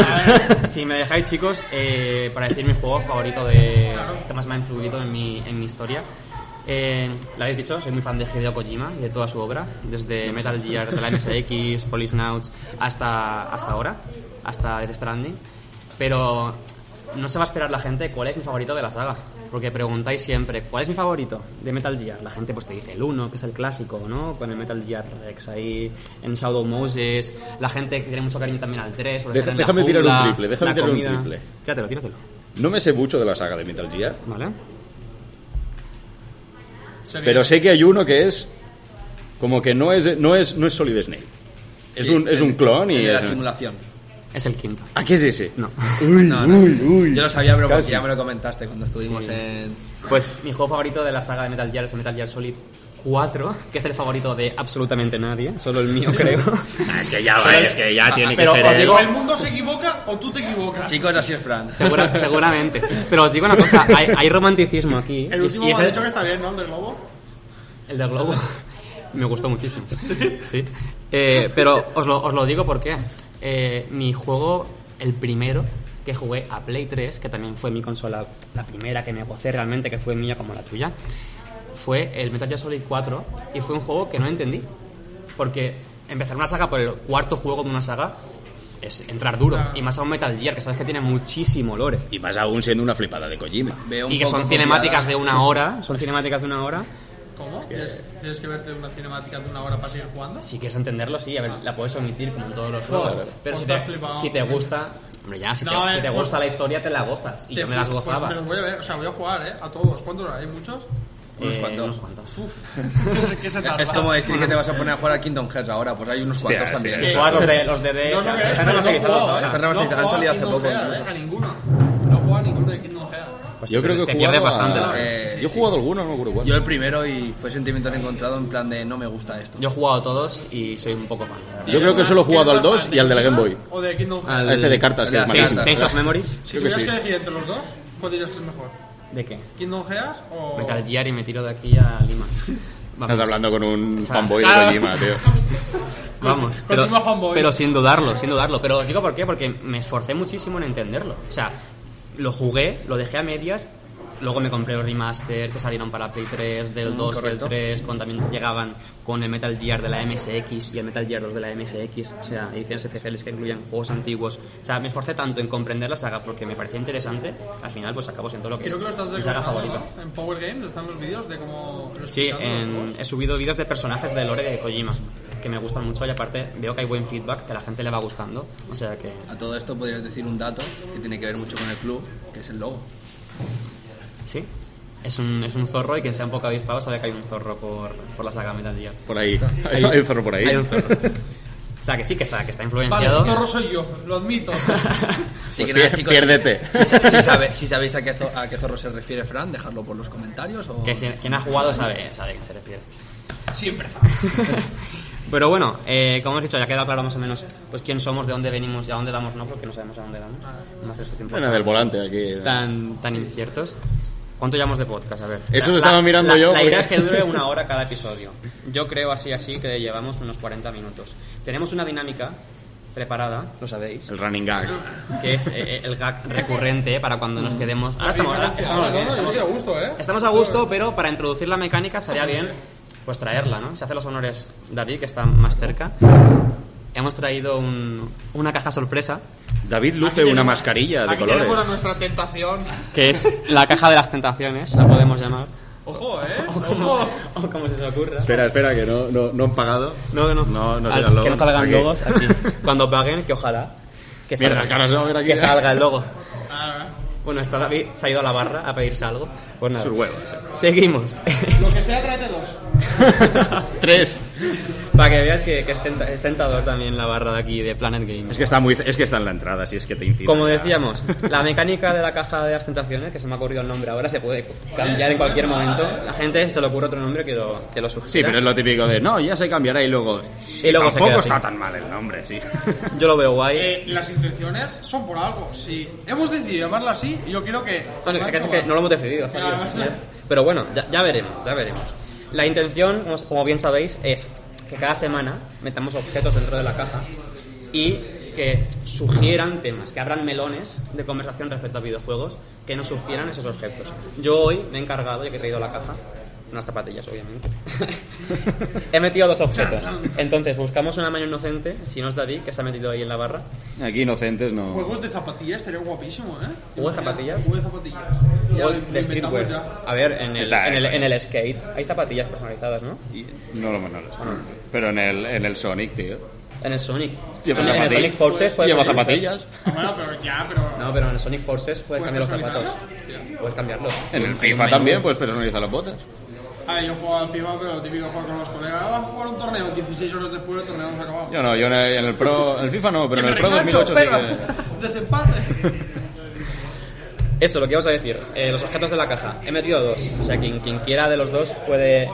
S1: si me dejáis, chicos, eh, para decir mi juego favorito de que más me ha influido en mi, en mi historia. Eh, lo habéis dicho, soy muy fan de Hideo Kojima y de toda su obra, desde Metal Gear, de la MSX, Policenauts, hasta, hasta ahora, hasta Death Stranding. Pero no se va a esperar la gente cuál es mi favorito de la saga, porque preguntáis siempre, ¿cuál es mi favorito de Metal Gear? La gente pues te dice el 1, que es el clásico, ¿no? Con el Metal Gear Rex ahí, en Shadow Moses, la gente que tiene mucho cariño también al 3, por
S3: Deja-
S1: estar en la
S3: déjame tirar un
S1: jungla,
S3: triple, déjame
S1: la
S3: tirar un
S1: comida.
S3: triple.
S1: Tíratelo, tíratelo.
S3: No me sé mucho de la saga de Metal Gear,
S1: ¿Vale?
S4: Sería-
S3: pero sé que hay uno que es... Como que no es, no es, no es Solid Snake. Es,
S2: Sí,
S3: un, es
S2: el-
S3: un clon
S2: el
S3: y...
S2: de la
S3: es-
S2: simulación.
S1: Es el quinto.
S3: ¿A qué es ese?
S1: No.
S3: Uy,
S2: No, no,
S3: uy, uy.
S2: Yo lo sabía, pero porque
S3: Casi.
S2: ya me lo comentaste cuando estuvimos en.
S1: Pues mi juego favorito de la saga de Metal Gear es el Metal Gear Solid 4, que es el favorito de absolutamente nadie, solo el mío creo.
S3: Ah, Es que ya, vale, es que ya
S2: Ah,
S3: tiene que
S1: pero
S3: ser...
S1: os
S3: él.
S1: digo-
S4: O el mundo se equivoca o tú te equivocas.
S2: Chicos, así es Fran.
S1: Segura- seguramente. Pero os digo una cosa, hay, hay romanticismo aquí.
S4: El
S1: y-
S4: último
S1: y
S4: me
S1: es
S4: has
S1: el-
S4: dicho que está bien, ¿no? El del globo.
S1: El del globo. Me gustó muchísimo. Sí. Eh, pero os lo, os lo digo porque eh, mi juego, el primero que jugué a Play 3, que también fue mi consola, la primera que me gocé realmente, que fue mía como la tuya, fue el Metal Gear Solid 4 y fue un juego que no entendí. Porque empezar una saga por el cuarto juego de una saga es entrar duro. Y más a un Metal Gear, que sabes que tiene muchísimo lore.
S3: Y más aún siendo una flipada de Kojima.
S2: Veo un
S1: Y que
S2: poco
S1: son cinemáticas
S2: copiada.
S1: de una hora. Son cinemáticas de una hora.
S4: ¿Cómo? ¿Tienes, tienes que verte una cinemática de una hora para seguir jugando?
S1: Si quieres entenderlo, sí, a ver, la puedes omitir como en todos los
S4: Claro.
S1: juegos. Pero si
S4: Pues
S1: te,
S4: está flipado.
S1: si te gusta. Hombre, ya, si,
S4: No,
S1: te,
S4: eh,
S1: si te
S4: pues-
S1: gusta la historia, te la gozas. Y
S4: Te-
S1: yo me las
S4: pues
S1: gozaba.
S4: me los voy a ver, o sea, voy a jugar, ¿eh? A todos. ¿Cuántos hay? ¿Muchos?
S2: Unos
S1: Eh,
S2: cuantos.
S1: unos cuantos.
S4: Uf. ¿Qué se, qué se tarda?
S2: Es como decir que te vas a poner a jugar a Kingdom Hearts ahora, pues hay unos
S3: Hostia,
S2: cuantos también.
S1: Sí, juegas los de, los de DS,
S4: No, ¿eh? no queréis,
S1: están
S4: pero no he
S1: remasterizados,
S4: jugado,
S1: ¿no?
S4: ¿eh?
S2: Están
S4: No he
S2: remasterizados,
S4: jugado
S2: han salido
S4: a
S2: hace
S4: Kingdom
S2: poco,
S4: Hearts,
S2: ¿no?
S4: ¿eh? A ninguno. No he jugado a ninguno de Kingdom Hearts.
S1: Pues te- te pierdes bastante, la verdad.
S2: eh,
S3: Yo he jugado alguno, no me acuerdo cuál.
S2: Yo el primero y fue sentimientos encontrados en plan de no me gusta esto.
S1: Yo he jugado todos y soy un poco fan. la verdad.
S3: Yo creo que solo he jugado al 2 y al de la Game Boy.
S4: ¿O de Kingdom
S1: Al-
S4: Hearts?
S3: A este de cartas, que
S2: al
S3: es
S2: de las
S3: malísimo.
S1: Change of Memories?
S4: Si
S3: creo que
S4: tuvieras
S3: sí.
S4: que elegir entre los dos, ¿cuál dirías que es mejor?
S1: ¿De qué?
S4: ¿Kingdom Hearts o...?
S1: Metal Gear y me tiro de aquí a Lima. Vamos.
S3: Estás hablando con un
S1: Esa-
S3: fanboy de
S4: Ah.
S3: Kojima, tío.
S1: Vamos,
S4: Continúa, ¿eh?
S1: pero,
S4: fanboy.
S1: pero sin dudarlo, sin dudarlo. Pero os digo por qué, porque me esforcé muchísimo en entenderlo. O sea, lo jugué, lo dejé a medias, luego me compré los remaster que salieron para Play 3,
S4: Mm,
S1: del 2, del
S2: correcto.
S1: 3, cuando también llegaban con el Metal Gear de la MSX y el Metal Gear 2 de la MSX, o sea, ediciones especiales que incluían juegos antiguos. O sea, me esforcé tanto en comprender la saga porque me parecía interesante, que al final pues acabo siendo lo que
S4: Creo que lo
S1: es
S4: estás
S1: mi saga
S4: recordando,
S1: favorita.
S4: ¿no? En Power Games están los vídeos de cómo... lo
S1: Sí,
S4: explicando los
S1: en-
S4: dos.
S1: he subido vídeos de personajes de lore de Kojima que me gustan mucho y aparte veo que hay buen feedback, que a la gente le va gustando. O sea que
S2: A todo esto podrías decir un dato que tiene que ver mucho con el club, que es el logo.
S1: sí, es un, es un zorro y quien sea un poco avispado sabe que hay un zorro por, por la saga Metal Gear.
S3: Por ahí. Hay, hay un zorro por ahí.
S1: Hay un zorro. O sea que sí, que está, que está
S4: Vale,
S1: influenciado.
S4: el zorro soy yo, lo admito.
S2: Así
S3: Pues
S2: que nada,
S3: pié-
S2: chicos,
S3: piérdete.
S2: Si, si sabe- si sabéis a qué, zo- a qué zorro se refiere Fran, dejadlo por los comentarios o...
S1: que si- quien ha jugado sabe, sabe a quién se refiere.
S4: Siempre.
S1: Pero bueno, eh, como hemos dicho, ya queda claro más o menos pues quién somos, de dónde venimos y a dónde vamos, ¿no? Porque no sabemos a dónde vamos. Más de este tiempo.
S3: Bueno, del volante aquí.
S1: tan, tan inciertos. ¿Cuánto llevamos de podcast? A ver.
S3: Eso lo estaba mirando
S1: la-
S3: yo,
S1: La
S3: porque-
S1: idea es que dure una hora cada episodio. Yo creo así, así que llevamos unos 40 minutos. Tenemos una dinámica preparada, lo sabéis,
S3: El running gag.
S1: que es eh, eh, el gag recurrente para cuando nos quedemos. Ahora estamos, ahora
S4: No,
S1: estamos bien,
S4: no, yo
S1: estamos-
S4: estoy a gusto, ¿eh?
S1: Estamos a gusto, pero para introducir la mecánica estaría bien pues traerla, ¿no? Se hace los honores David, que está más cerca. Hemos traído un- una caja sorpresa,
S3: David
S4: Aquí
S3: luce
S4: tenemos-
S3: una mascarilla de
S4: aquí tenemos a
S3: colores.
S4: nuestra tentación.
S1: que es la caja de las tentaciones, la podemos llamar.
S4: Ojo, ¿eh? Ojo.
S1: O como se os ocurra.
S3: Espera, espera, que no, no, no han pagado.
S1: No, no.
S3: No, no
S1: Al-
S3: salgan logos.
S1: Que no salgan
S3: Aquí.
S1: logos aquí. Cuando paguen, que ojalá. Que
S3: Mierda, que ahora se va a ver aquí. ¿eh?
S1: que salga el logo.
S4: Ah,
S1: Bueno, está David, se ha ido a la barra a pedirse algo. Pues nada.
S3: Sus huevos.
S1: Seguimos.
S4: lo que sea, tráete dos.
S3: Tres.
S1: Para que veas que, que es, tenta- es tentador también la barra de aquí de Planet Game.
S3: Es que está muy, es que está en la entrada, si es que te incita.
S1: Como decíamos, la mecánica de la caja de las tentaciones, que se me ha ocurrido el nombre ahora, se puede cambiar en cualquier momento. La gente se le ocurre otro nombre que lo, que lo sugiera.
S3: Sí, pero es lo típico de, no, ya se cambiará y luego.
S1: Y luego se
S3: Tampoco
S1: queda
S3: está
S1: así.
S3: tan mal el nombre, sí.
S1: Yo lo veo guay.
S4: Eh, las intenciones son por algo. Si hemos decidido llamarla así, yo quiero que.
S1: Bueno, hay que decir que no lo hemos decidido, ha salido.
S4: Claro, sí.
S1: Pero bueno, ya, ya veremos, ya veremos. La intención, como- como bien sabéis, es que cada semana metamos objetos dentro de la caja y que sugieran temas, que abran melones de conversación respecto a videojuegos, que nos sugieran esos objetos. Yo hoy me he encargado, ya que he traído la caja, unas zapatillas obviamente, he metido dos objetos. Entonces buscamos una mano inocente, si no es David, que se ha metido ahí en la barra.
S3: Aquí inocentes no.
S4: Juegos de zapatillas estaría guapísimo, ¿eh?
S1: ¿Juego de zapatillas?
S4: Juego de zapatillas. Ya
S1: O
S4: lo
S1: de
S4: inventamos
S1: streetwear.
S4: ya.
S1: A ver, en el,
S3: Está,
S1: en, el,
S3: está.
S1: en el skate hay zapatillas personalizadas, ¿no?
S3: Y- No lo no, lo-
S1: Ah.
S3: Pero en el, en el Sonic, tío.
S1: En el Sonic.
S3: Lleva
S1: en el
S3: zapatillas.
S1: Sonic Forces pues, puedes
S3: Lleva
S1: cambiar-
S3: zapatillas.
S4: Bueno, pero ya, pero.
S1: No, pero en el Sonic Forces puedes
S4: ¿Puedes
S1: cambiar los zapatos.
S4: personalizarlos?
S1: Puedes cambiarlos.
S3: En el
S1: Hay un
S3: FIFA pues
S1: menú.
S3: también puedes personalizar las botas.
S4: A ver, Ah, yo juego al FIFA, pero lo típico juego con los colegas. "Ah, Vamos a jugar un torneo. 16 horas después el torneo no se ha acabado.
S3: Yo no, yo en el, en el Pro, en el FIFA no, pero en el Pro 2008 sí
S4: pero
S3: que-
S4: desempate.
S1: Eso, lo que ibas a decir. eh, los objetos de la caja. He metido dos. O sea, quien, quien quiera de los dos puede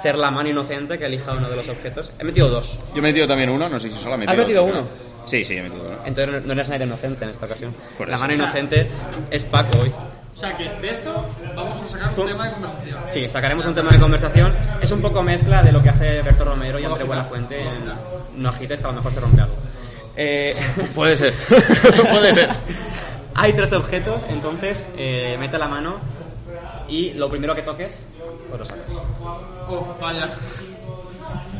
S1: ser la mano inocente que elija uno de los objetos. He metido dos.
S3: Yo he metido también uno, no sé si solo he metido.
S1: metido
S3: otro,
S1: uno?
S3: pero- Sí, sí, he metido uno.
S1: Entonces no- no eres nadie inocente en esta ocasión.
S3: Por
S1: la
S3: eso.
S1: mano inocente es Paco hoy.
S4: O sea que de esto vamos a sacar un tema de conversación.
S1: Sí, sacaremos un tema de conversación. Es un poco mezcla de lo que hace Berto Romero y André Buenafuente en No agites, que a lo mejor se rompe algo. Eh,
S3: Puede ser, puede ser.
S1: Hay tres objetos, entonces eh, mete la mano y lo primero que toques, pues lo sacas.
S4: Oh, vaya.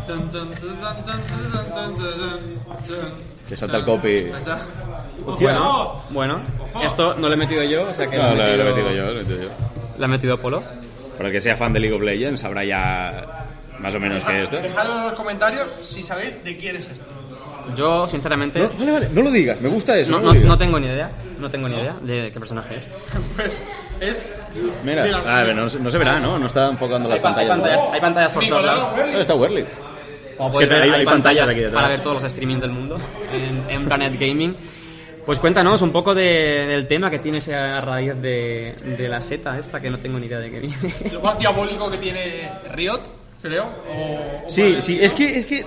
S4: Tan, tan, tan, tan, tan, tan, tan, tan, tan.
S3: Que salta el copy.
S4: Cacha.
S1: Bueno,
S4: Ojo.
S1: bueno, esto no lo he metido yo, o sea que
S3: No,
S1: lo,
S3: lo,
S1: ha
S3: he-
S1: metido,
S3: lo he metido yo, lo he metido yo.
S1: lo ha metido Polo.
S3: Para el que sea fan de League of Legends sabrá ya más o menos qué es este. esto.
S4: Dejadlo en los comentarios si sabéis de quién es esto.
S1: Yo, sinceramente,
S3: No, vale, vale, no lo digas, me gusta eso.
S1: no,
S3: lo
S1: no,
S3: digas.
S1: no tengo ni idea, no tengo ni idea de qué personaje es.
S4: Pues es.
S3: Mira,
S4: de las-
S3: ah, pero no, se- no se verá, ¿no? No está enfocando las
S1: Hay, pa- hay
S3: pantallas.
S1: pantallas, hay pantallas por
S4: Mi
S1: todos
S4: colega
S1: lados.
S3: Ah, está Werly.
S1: Como
S3: Es
S1: podéis
S3: que
S1: ver,
S3: hay-
S1: hay,
S3: hay pantallas
S1: pantallas
S3: aquí detrás.
S1: para ver todos los streamings del mundo en, en Planet Gaming. Pues cuéntanos un poco de- del tema que tienes a raíz de, de la seta esta, que no tengo ni idea de qué viene.
S4: Lo más diabólico que tiene Riot, creo. o- o
S3: Sí,
S4: Valve.
S3: sí, es que, es que...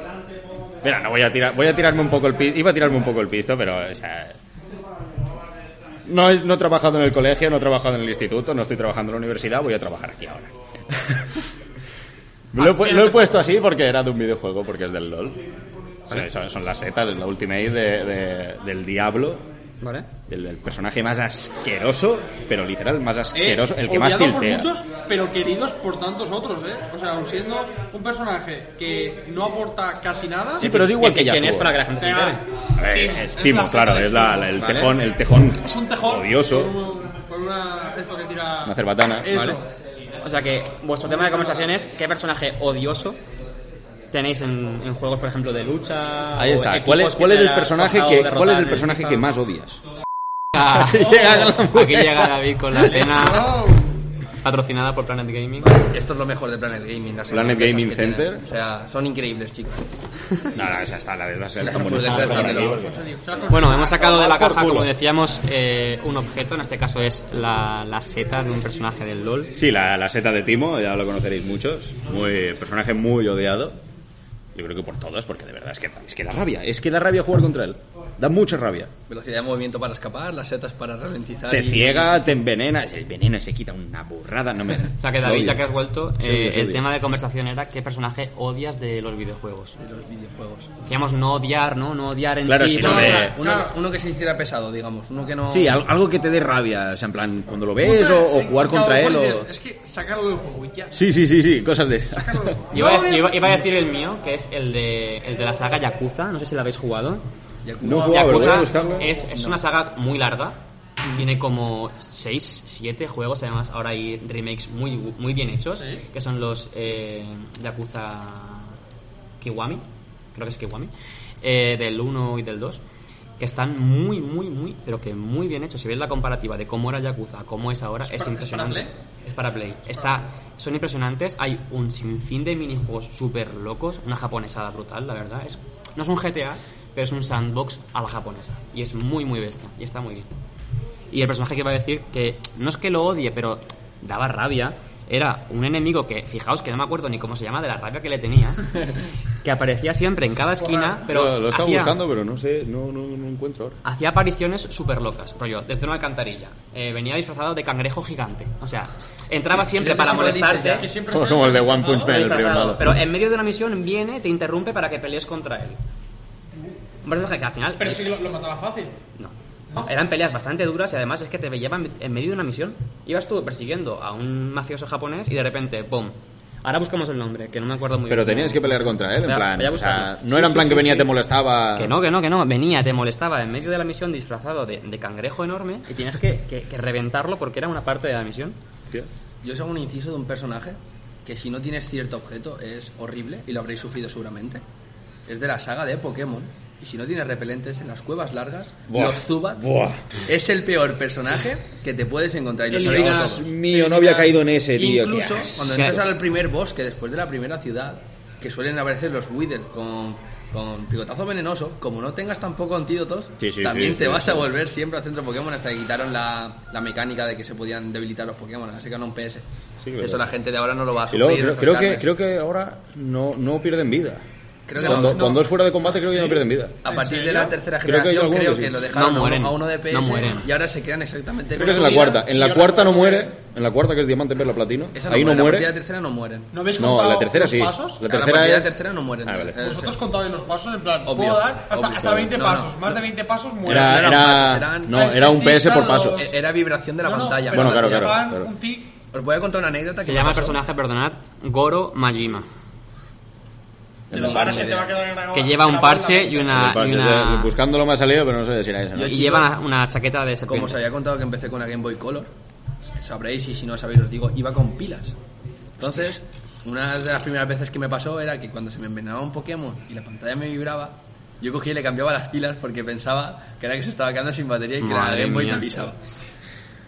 S3: Mira, no voy a tirar, voy a tirarme un poco el pisto, iba a tirarme un poco el pisto, pero, o sea... No, he- no he trabajado en el colegio, no he trabajado en el instituto, no estoy trabajando en la universidad, voy a trabajar aquí ahora. lo, he, pu- lo he puesto así porque era de un videojuego, porque es del LOL. O sea, son, son las setas, es la ultimate de- de- del diablo,
S1: ¿Vale?
S3: del, del personaje más asqueroso, pero literal, más
S4: Eh,
S3: asqueroso, el que más
S4: odiado por
S3: tiltea.
S4: muchos, pero queridos por tantos otros, ¿eh? O sea, aun siendo un personaje que no aporta casi nada.
S3: Sí, pero es igual que
S1: ¿Quién
S3: Yasuo.
S1: es para que la gente se
S4: Venga,
S1: entere?
S3: A ver,
S4: Timo,
S3: es Timo,
S4: la
S3: claro,
S4: seta de
S3: es la- la-
S4: Timo.
S3: el
S1: Vale.
S3: tejón, el tejón
S4: Es un tejón.
S3: odioso.
S4: Con, un- con una. Esto que tira.
S3: Una cerbatana.
S4: Eso.
S1: ¿Vale? O sea que vuestro tema de conversación es qué personaje odioso tenéis en, en juegos, por ejemplo, de lucha.
S3: Ahí
S1: o
S3: está.
S1: equipos
S3: ¿Cuál es,
S1: que
S3: cuál es
S1: te
S3: el
S1: ha
S3: personaje
S1: costado
S3: que,
S1: derrotar
S3: cuál es
S1: en
S3: el personaje
S1: FIFA?
S3: que más odias? Llega la hamburguesa.
S1: Aquí llega David con la cena
S4: Oh.
S1: patrocinada por Planet Gaming.
S2: Esto es lo mejor de Planet Gaming. las
S3: Planet
S2: hamburguesas
S3: Gaming
S2: que tienen.
S3: Center. Ah,
S2: O sea, son increíbles, chicos. Pues
S3: No, no, esa está, la verdad, esa
S1: Pues
S3: está
S2: hamburguesa
S3: buenísima.
S2: está de
S3: Por
S2: locos.
S3: aquí,
S4: O sea,
S1: Bueno, hemos sacado de la
S3: Por
S1: caja,
S3: culo.
S1: como decíamos, eh, un objeto. En este caso es la, la seta de un personaje del LOL.
S3: Sí, la, la seta de Timo, ya lo conoceréis muchos. Muy, personaje muy odiado. Yo creo que por todos, porque de verdad es que, es que da rabia. Es que da rabia jugar contra él. Da mucha rabia.
S2: Velocidad de movimiento para escapar, las setas para ralentizar.
S3: Te
S2: y-
S3: ciega, te envenena. El veneno se quita una burrada. No me,
S1: O sea que David,
S3: odio.
S1: ya que has vuelto,
S3: Sí,
S1: eh,
S3: odio, sí,
S1: el
S3: odio.
S1: tema de conversación era qué personaje odias de los videojuegos.
S2: y los videojuegos.
S1: Decíamos no odiar, ¿no? No odiar en
S3: Claro,
S1: sí.
S3: sí,
S1: ¿no?
S3: no, eh,
S2: Uno, uno que se hiciera pesado, digamos. Uno que no.
S3: Sí, al- algo que te dé rabia. O sea, en plan, cuando lo ves o, o jugar contra él o...
S4: eh, Es que sacarlo del juego y ya.
S3: Sí, sí, sí, sí, cosas de esas.
S4: Sacarlo del juego.
S1: Yo
S4: No,
S3: este,
S1: iba,
S4: no,
S1: yo iba- iba a decir el mío, que es el de, el de la saga Yakuza. No sé si la habéis jugado.
S2: Yakuza.
S3: No jugaba, pero voy a
S1: Yakuza
S3: buscarlo.
S1: es, es una saga muy larga. Tiene como 6, 7 juegos. Además, ahora hay remakes muy, muy bien hechos.
S4: Sí.
S1: Que son los eh, Yakuza Kiwami. Creo que es Kiwami. eh, del 1 y del 2. Que están muy, muy, muy, pero que muy bien hechos. Si ves la comparativa de cómo era Yakuza, a cómo es ahora, es,
S4: para- es
S1: impresionante.
S4: para Play?
S1: Es para Play. Está, son impresionantes. Hay un sinfín de minijuegos súper locos. Una japonesada brutal, la verdad. Es, no es un GTA, pero es un sandbox a la japonesa. Y es muy, muy bestia. Y está muy bien. Y el personaje que iba a decir que no es que lo odie, pero daba rabia. Era un enemigo que, fijaos que no me acuerdo ni cómo se llama, de la rabia que le tenía, que aparecía siempre en cada esquina, pero
S3: lo, lo estaba
S1: hacía-
S3: buscando, pero no sé, no, no, no encuentro ahora.
S1: hacía apariciones súper locas, rollo, desde una alcantarilla. Eh, venía disfrazado de cangrejo gigante. O sea, entraba siempre
S2: Creo que
S1: para
S2: sí lo dices
S1: molestarte.
S2: ya.
S4: que siempre
S3: Como,
S4: sea
S3: el de One Punch Man, el primer
S1: disfrazado,
S3: malo.
S1: Pero en medio de una misión viene, te interrumpe para que pelees contra él. Un personaje que al final.
S4: Pero sí que lo, lo mataba fácil.
S1: No. No, Eran peleas bastante duras y además es que te llevaban en medio de una misión. Ibas tú persiguiendo a un mafioso japonés y de repente, ¡pum! Ahora buscamos el nombre, que no me acuerdo muy
S3: Pero
S1: bien.
S3: tenías que pelear contra él, en
S1: Espera,
S3: plan.
S1: voy a
S3: o sea,
S1: buscarlo.
S3: no
S1: Sí,
S3: era en
S1: sí,
S3: plan
S1: sí,
S3: que venía,
S1: sí.
S3: te molestaba.
S1: Que no, que no, que no. Venía, te molestaba en medio de la misión disfrazado de, de cangrejo enorme y tenías que, que- que reventarlo porque era una parte de la misión.
S3: Hostia.
S2: Yo os hago un inciso de un personaje que si no tienes cierto objeto es horrible y lo habréis sufrido seguramente. Es de la saga de Pokémon. Y si no tienes repelentes en las cuevas largas,
S3: Buah.
S2: los Zubat
S3: Buah.
S2: es el peor personaje que te puedes encontrar. Y lo sabéis
S4: Eliminas-
S2: todos.
S3: Dios mío, no había caído en ese, tío. qué
S2: Incluso
S3: asco.
S2: cuando entras al primer bosque, después de la primera ciudad, que suelen aparecer los Wither con, con picotazo venenoso, como no tengas tampoco antídotos,
S3: Sí, sí,
S2: también
S3: sí,
S2: te
S3: sí,
S2: vas
S3: sí.
S2: a volver siempre al centro Pokémon hasta que quitaron la, la mecánica de que se podían debilitar los Pokémon, así que no un PS.
S3: Sí, que
S2: Eso
S3: verdad.
S2: la gente de ahora no lo va a
S3: Y
S2: sufrir.
S3: luego, creo,
S2: nuestras
S3: creo que,
S2: carnes.
S3: creo que ahora no, no pierden vida.
S2: Creo que
S3: cuando,
S2: no, no.
S3: cuando es fuera de combate, creo que no pierden vida.
S2: A
S4: ¿En
S2: partir de
S4: serio?
S2: la tercera
S3: Creo que hay
S2: generación
S3: alguno
S2: creo
S3: que
S2: que,
S3: sí.
S2: lo dejaron
S1: No
S2: a uno-
S1: mueren,
S2: a uno de PS
S1: no mueren.
S2: y ahora se quedan exactamente
S3: Creo
S2: con
S3: que es en
S2: su
S3: la
S2: vida.
S3: cuarta. En
S4: Sí,
S3: la
S4: ahora
S3: cuarta no
S4: no
S3: muere. En la cuarta, que es diamante, perla, platino.
S2: Esa
S3: Ahí no
S2: muere,
S3: muere.
S2: La partida de tercera no mueren.
S4: ¿No habéis
S3: No,
S4: contado
S3: la tercera
S4: los
S3: sí.
S4: pasos?
S3: La
S2: Claro,
S3: tercera
S2: partida
S3: es-
S2: de tercera no mueren.
S3: Ah, vale.
S2: Eh,
S4: Vosotros
S2: sí.
S4: contabais los pasos, en plan,
S2: Obvio,
S4: puedo dar hasta,
S2: obvio,
S4: hasta
S2: obvio.
S4: 20
S2: No, no,
S4: pasos.
S2: no.
S4: Más de 20 pasos muero.
S3: Era,
S2: eran
S3: era,
S2: pasos, eran-
S3: no,
S4: Ah, es
S3: era
S4: que
S3: un
S4: estoy
S3: PS por
S4: claro,
S3: paso.
S4: los-
S2: Eh, Era vibración de la pantalla.
S3: Bueno, claro,
S4: te
S3: claro,
S4: daban
S3: claro.
S4: Un tic.
S2: Os voy a contar una anécdota que
S1: Se
S2: me
S1: llama el
S2: pasó.
S1: personaje, perdonad, Goro Majima.
S4: Te lo ahora se te va a quedar grabado.
S1: Que lleva un
S4: grabado en la
S1: parche y
S4: mente.
S1: una.
S3: Aparte,
S1: y una-
S3: o sea, Buscándolo me ha salido, pero no sé si era ese. ¿no?
S2: Yo-
S1: y
S2: chico,
S1: lleva una, una chaqueta de
S2: Como os
S1: serpiente.
S2: había contado que empecé con la Game Boy Color, sabréis y si no sabéis os digo, iba con pilas. Entonces, una de las primeras veces que me pasó era que cuando se me envenenaba un Pokémon y la pantalla me vibraba, yo cogía y le cambiaba las pilas porque pensaba que era que se estaba quedando sin batería y que la
S1: Madre
S2: Game Boy te
S1: mía.
S2: avisaba.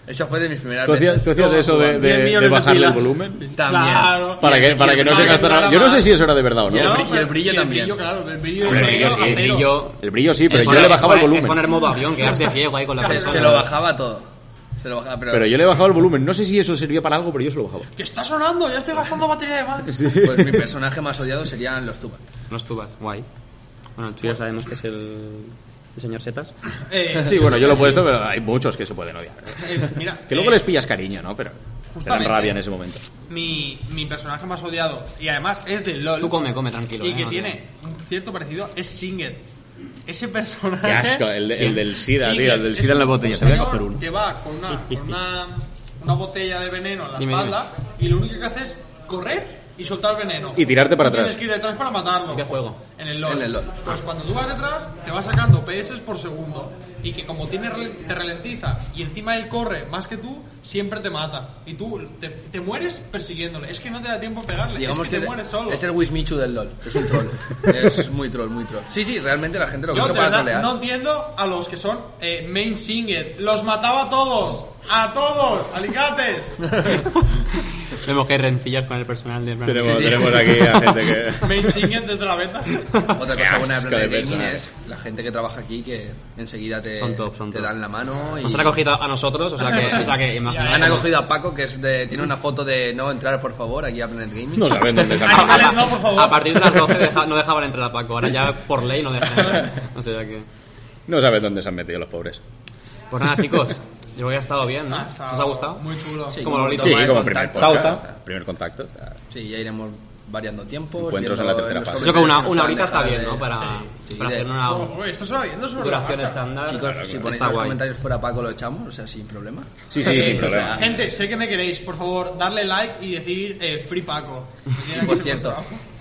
S2: Esa fue de mis primeras
S3: ¿Tú hacías,
S2: veces.
S3: tú hacías
S2: Luego,
S3: eso de,
S2: bueno,
S3: de-
S4: 10
S3: de
S4: millones de
S3: bajarle el
S4: pilas.
S3: volumen?
S2: También.
S4: Claro.
S3: Para
S2: Y
S3: que,
S2: el-
S3: para
S2: y
S3: que
S2: el
S3: no se
S2: brillo-
S3: gastara.
S4: más.
S3: Yo no sé si eso era de verdad o
S2: Y el
S3: no.
S2: brillo-
S4: pero-
S2: brillo también.
S4: El brillo, claro, el brillo.
S3: Hombre,
S1: el brillo-
S4: a
S1: el
S4: cero.
S1: brillo-
S3: El brillo sí, pero
S1: Es
S3: yo
S1: poner-
S3: le bajaba el
S1: es poner- Es
S3: volumen.
S1: poner modo avión, quedarte ciego ahí con la
S2: Se,
S1: persona.
S2: se lo bajaba todo. Se lo bajaba, pero...
S3: Pero yo le bajaba el volumen. No sé si eso servía para algo, pero yo se lo bajaba.
S4: Que está sonando, ya estoy gastando batería de más.
S2: Pues mi personaje más odiado serían los Zubat.
S1: No estuvo, guay. Bueno, el tuyo sabemos que es el. el señor Setas.
S4: Eh,
S3: Sí, bueno, yo lo he puesto, pero hay muchos que se pueden odiar.
S4: eh, mira,
S3: Que luego
S4: eh,
S3: les pillas cariño, ¿no? Pero te dan
S4: Justamente.
S3: rabia en ese momento.
S4: mi, mi personaje más odiado, y además es de LOL.
S1: Tú come, come, tranquilo,
S4: Y
S1: eh,
S4: que
S1: no te-
S4: tiene un cierto parecido, es Singer. Ese personaje.
S3: Qué asco, el, de- el del SIDA,
S4: Singer
S3: tío, el del
S4: es
S3: SIDA en la
S4: un
S3: botella. Te voy a
S4: señor
S3: coger uno.
S4: Que va con una, con una, una botella de veneno en la
S1: Dime,
S4: espalda y lo único que hace es correr y soltar veneno.
S3: Y tirarte para
S4: Tú Tienes
S3: atrás.
S4: que ir detrás para matarlo.
S1: ¿En qué juego?
S4: En el LOL.
S2: En el LOL.
S4: Pues cuando tú vas detrás, te va sacando PS por segundo. Y que como tiene, rel- te ralentiza y encima él corre más que tú, siempre te mata. Y tú te, te mueres persiguiéndole. Es que no te da tiempo a pegarle.
S2: Digamos
S4: es que, te mueres solo.
S2: es el Wismichu del LOL. Es un troll. es muy troll, muy troll. Sí, sí, realmente la gente lo
S4: Yo
S2: coge
S4: de
S2: para
S4: verdad
S2: trolear.
S4: no entiendo a los que son eh, main singer. Los mataba a todos. A todos. Alicates.
S1: Vemos que hay rencillas con el personal de Brand.
S3: Tenemos, tenemos aquí a gente que.
S4: Main singer desde la beta.
S2: Otra
S3: Qué
S2: cosa buena de
S3: asco
S2: Planet
S3: de
S2: Gaming
S3: verdad. eh.
S2: es la gente que trabaja aquí que enseguida te,
S1: Son top, son
S2: te
S1: top.
S2: dan la mano y
S1: Nos han acogido a nosotros, o sea que, o sea que imagina-
S2: han acogido a Paco que es de- tiene una foto de no entrar por favor aquí a Planet Gaming.
S3: No saben dónde sacan.
S4: Animales no, por favor.
S1: A partir de las 12 deja- no dejaban entrar a Paco, ahora ya por ley no dejan. O sea que.
S3: No saben dónde se han metido los pobres.
S1: Pues nada, chicos, yo creo que ha estado bien,
S2: Ah,
S1: ¿no? ¿Os ha gustado?
S4: Ah, Muy chulo.
S2: Sí,
S1: como lo he dicho.
S3: Sí,
S2: toma de
S3: como primer
S2: contacto.
S3: podcast,
S1: ¿Os ha
S3: o sea, primer contacto. o sea,
S2: Sí, ya iremos variando tiempos.
S3: Encuentros en
S2: viendo
S3: la tercera
S2: los
S3: fase.
S1: Yo creo que una,
S2: comentarios
S1: una
S2: que
S1: horita
S2: nos
S1: está
S2: van
S1: bien,
S2: dejando
S1: ¿no? Para,
S2: Sí,
S1: para
S2: de-
S1: hacer una
S4: Oh, uy, esto se va viendo sobre la
S1: duración
S4: marcha.
S1: estándar.
S2: Chicos, si ponéis
S1: Está
S2: los
S1: guay.
S2: comentarios fuera Paco lo echamos, o sea, sin problema.
S3: Sí, sí, sin
S2: o
S3: problema.
S2: sea,
S4: Gente, sé que me queréis, por favor, darle like y decir eh, Free Paco.
S2: Y por cierto,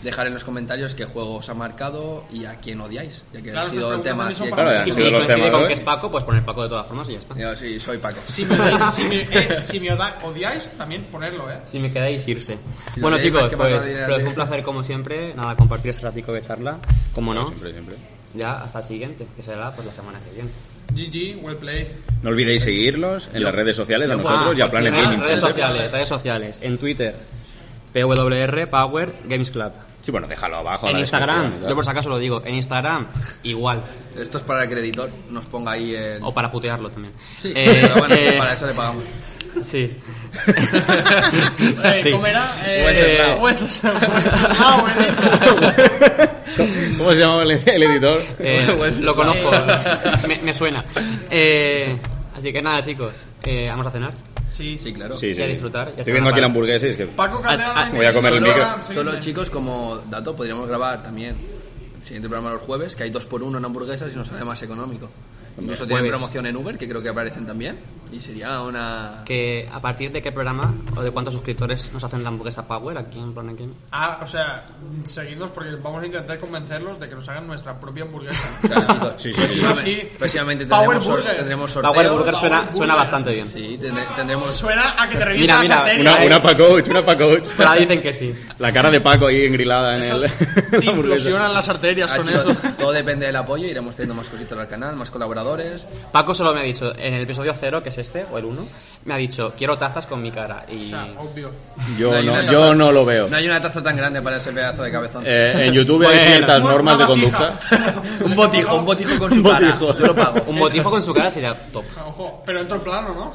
S2: dejar en los comentarios qué juego os ha marcado y a quién odiáis, ya que
S4: Claro,
S2: ha sido el
S4: estas
S2: tema.
S4: preguntas
S2: y-
S4: también
S3: Claro,
S1: Y
S3: han
S1: si
S3: sido los
S1: coincide
S3: temas, ¿eh?
S1: con
S3: ¿no?
S1: que es Paco, pues poner Paco de todas formas y ya está.
S2: Yo sí, soy Paco.
S4: Si me, odiáis- si, me, eh, si me oda- odiáis, también ponerlo, ¿eh?
S1: Si me quedáis, irse.
S2: Si
S1: bueno,
S2: lo queréis,
S1: chicos,
S2: más que
S1: pues,
S2: más lo diré
S1: pero fue
S2: antes.
S1: un placer como siempre. Nada, compartir este ratico de charla. Como no,
S3: Siempre, siempre.
S1: ya hasta el siguiente, que será pues la semana que viene.
S4: GG, well played.
S3: No olvidéis seguirlos en las redes sociales, a
S1: Ah,
S3: nosotros y a
S1: pues
S3: Planet
S1: sí,
S3: Gaming.
S1: Redes
S3: Center.
S1: sociales, redes sociales. En Twitter, PWR Power Games Club.
S3: Sí, bueno, déjalo abajo.
S1: En
S3: la
S1: Instagram,
S3: descripción y
S1: yo
S3: tal.
S1: por si acaso lo digo, en Instagram, igual.
S2: Esto es para que el editor nos ponga ahí el...
S1: O para putearlo también.
S2: Sí,
S1: Oh. Eh,
S2: pero bueno,
S1: eh,
S2: para eso le pagamos.
S1: Sí.
S4: Eh,
S1: Sí.
S4: comerá, eh,
S1: Wenceslao.
S2: Ah,
S4: Wenceslao, eh.
S3: ¿Cómo se llamaba el, el editor?
S1: Eh,
S2: Pues,
S1: lo conozco,
S2: eh.
S1: me, me suena. Eh, así que nada, chicos, eh, vamos a cenar
S4: Sí,
S2: Sí, claro.
S3: Sí, sí.
S1: y a disfrutar. y a
S3: Estoy viendo aquí
S1: charlar.
S3: la hamburguesa y es que.
S4: Paco Caldera,
S1: Ah, ah,
S4: 96,
S3: voy a comer el micro.
S4: Instagram,
S2: Solo
S4: seguidme.
S2: chicos, como dato, podríamos grabar también el siguiente programa los jueves, que hay dos por uno en hamburguesas y nos sale más económico. Incluso tienen
S1: jueves.
S2: promoción en Uber, que creo que aparecen también. Y sería una.
S1: Que a partir de qué programa o de cuántos suscriptores nos hacen la hamburguesa Power aquí en Planet Game.
S4: Ah, o sea, seguidnos porque vamos a intentar convencerlos de que nos hagan nuestra propia hamburguesa.
S2: Claro,
S3: Sí, sí, sí.
S2: próximamente,
S4: Sí.
S2: próximamente
S4: Power
S2: tendremos, sor-
S4: Burger.
S2: tendremos sorteos.
S1: Power Burger suena,
S4: Power
S1: suena
S4: Burger.
S1: bastante bien.
S2: Sí, tendre- tendremos.
S4: Suena a que te
S1: Mira,
S4: revientas
S1: mira,
S4: las arterias.
S3: Una, una pa' coach, una pa' coach.
S1: Pero ahora dicen que sí.
S3: La cara de Paco ahí engrilada en el.
S4: Te implosionan las arterias
S2: Ah,
S4: con
S2: chicos,
S4: eso.
S2: Todo depende del apoyo, iremos teniendo más cositas al canal, más colaboradores.
S1: Paco solo me ha dicho, en el episodio 0, que es este, o el 1, me ha dicho, quiero tazas con mi cara. Y
S4: O sea, obvio.
S3: Yo
S2: hay
S3: no,
S2: una
S3: yo
S2: taza-
S3: no lo veo.
S2: No hay una taza tan grande para ese pedazo de cabezón.
S3: Eh, en YouTube hay
S1: Bueno.
S3: ciertas
S4: Una
S3: normas de
S4: vasija.
S3: conducta.
S2: un botijo, un botijo con su
S3: Un
S2: cara.
S3: botijo.
S2: Yo lo pago.
S1: un botijo con su cara sería top.
S4: Ojo, pero entro en plano, ¿no?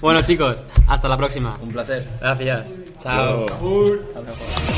S1: bueno chicos, hasta la próxima.
S2: Un placer.
S1: Gracias. Chao.
S3: Yo-
S4: Uy.
S2: Hasta luego.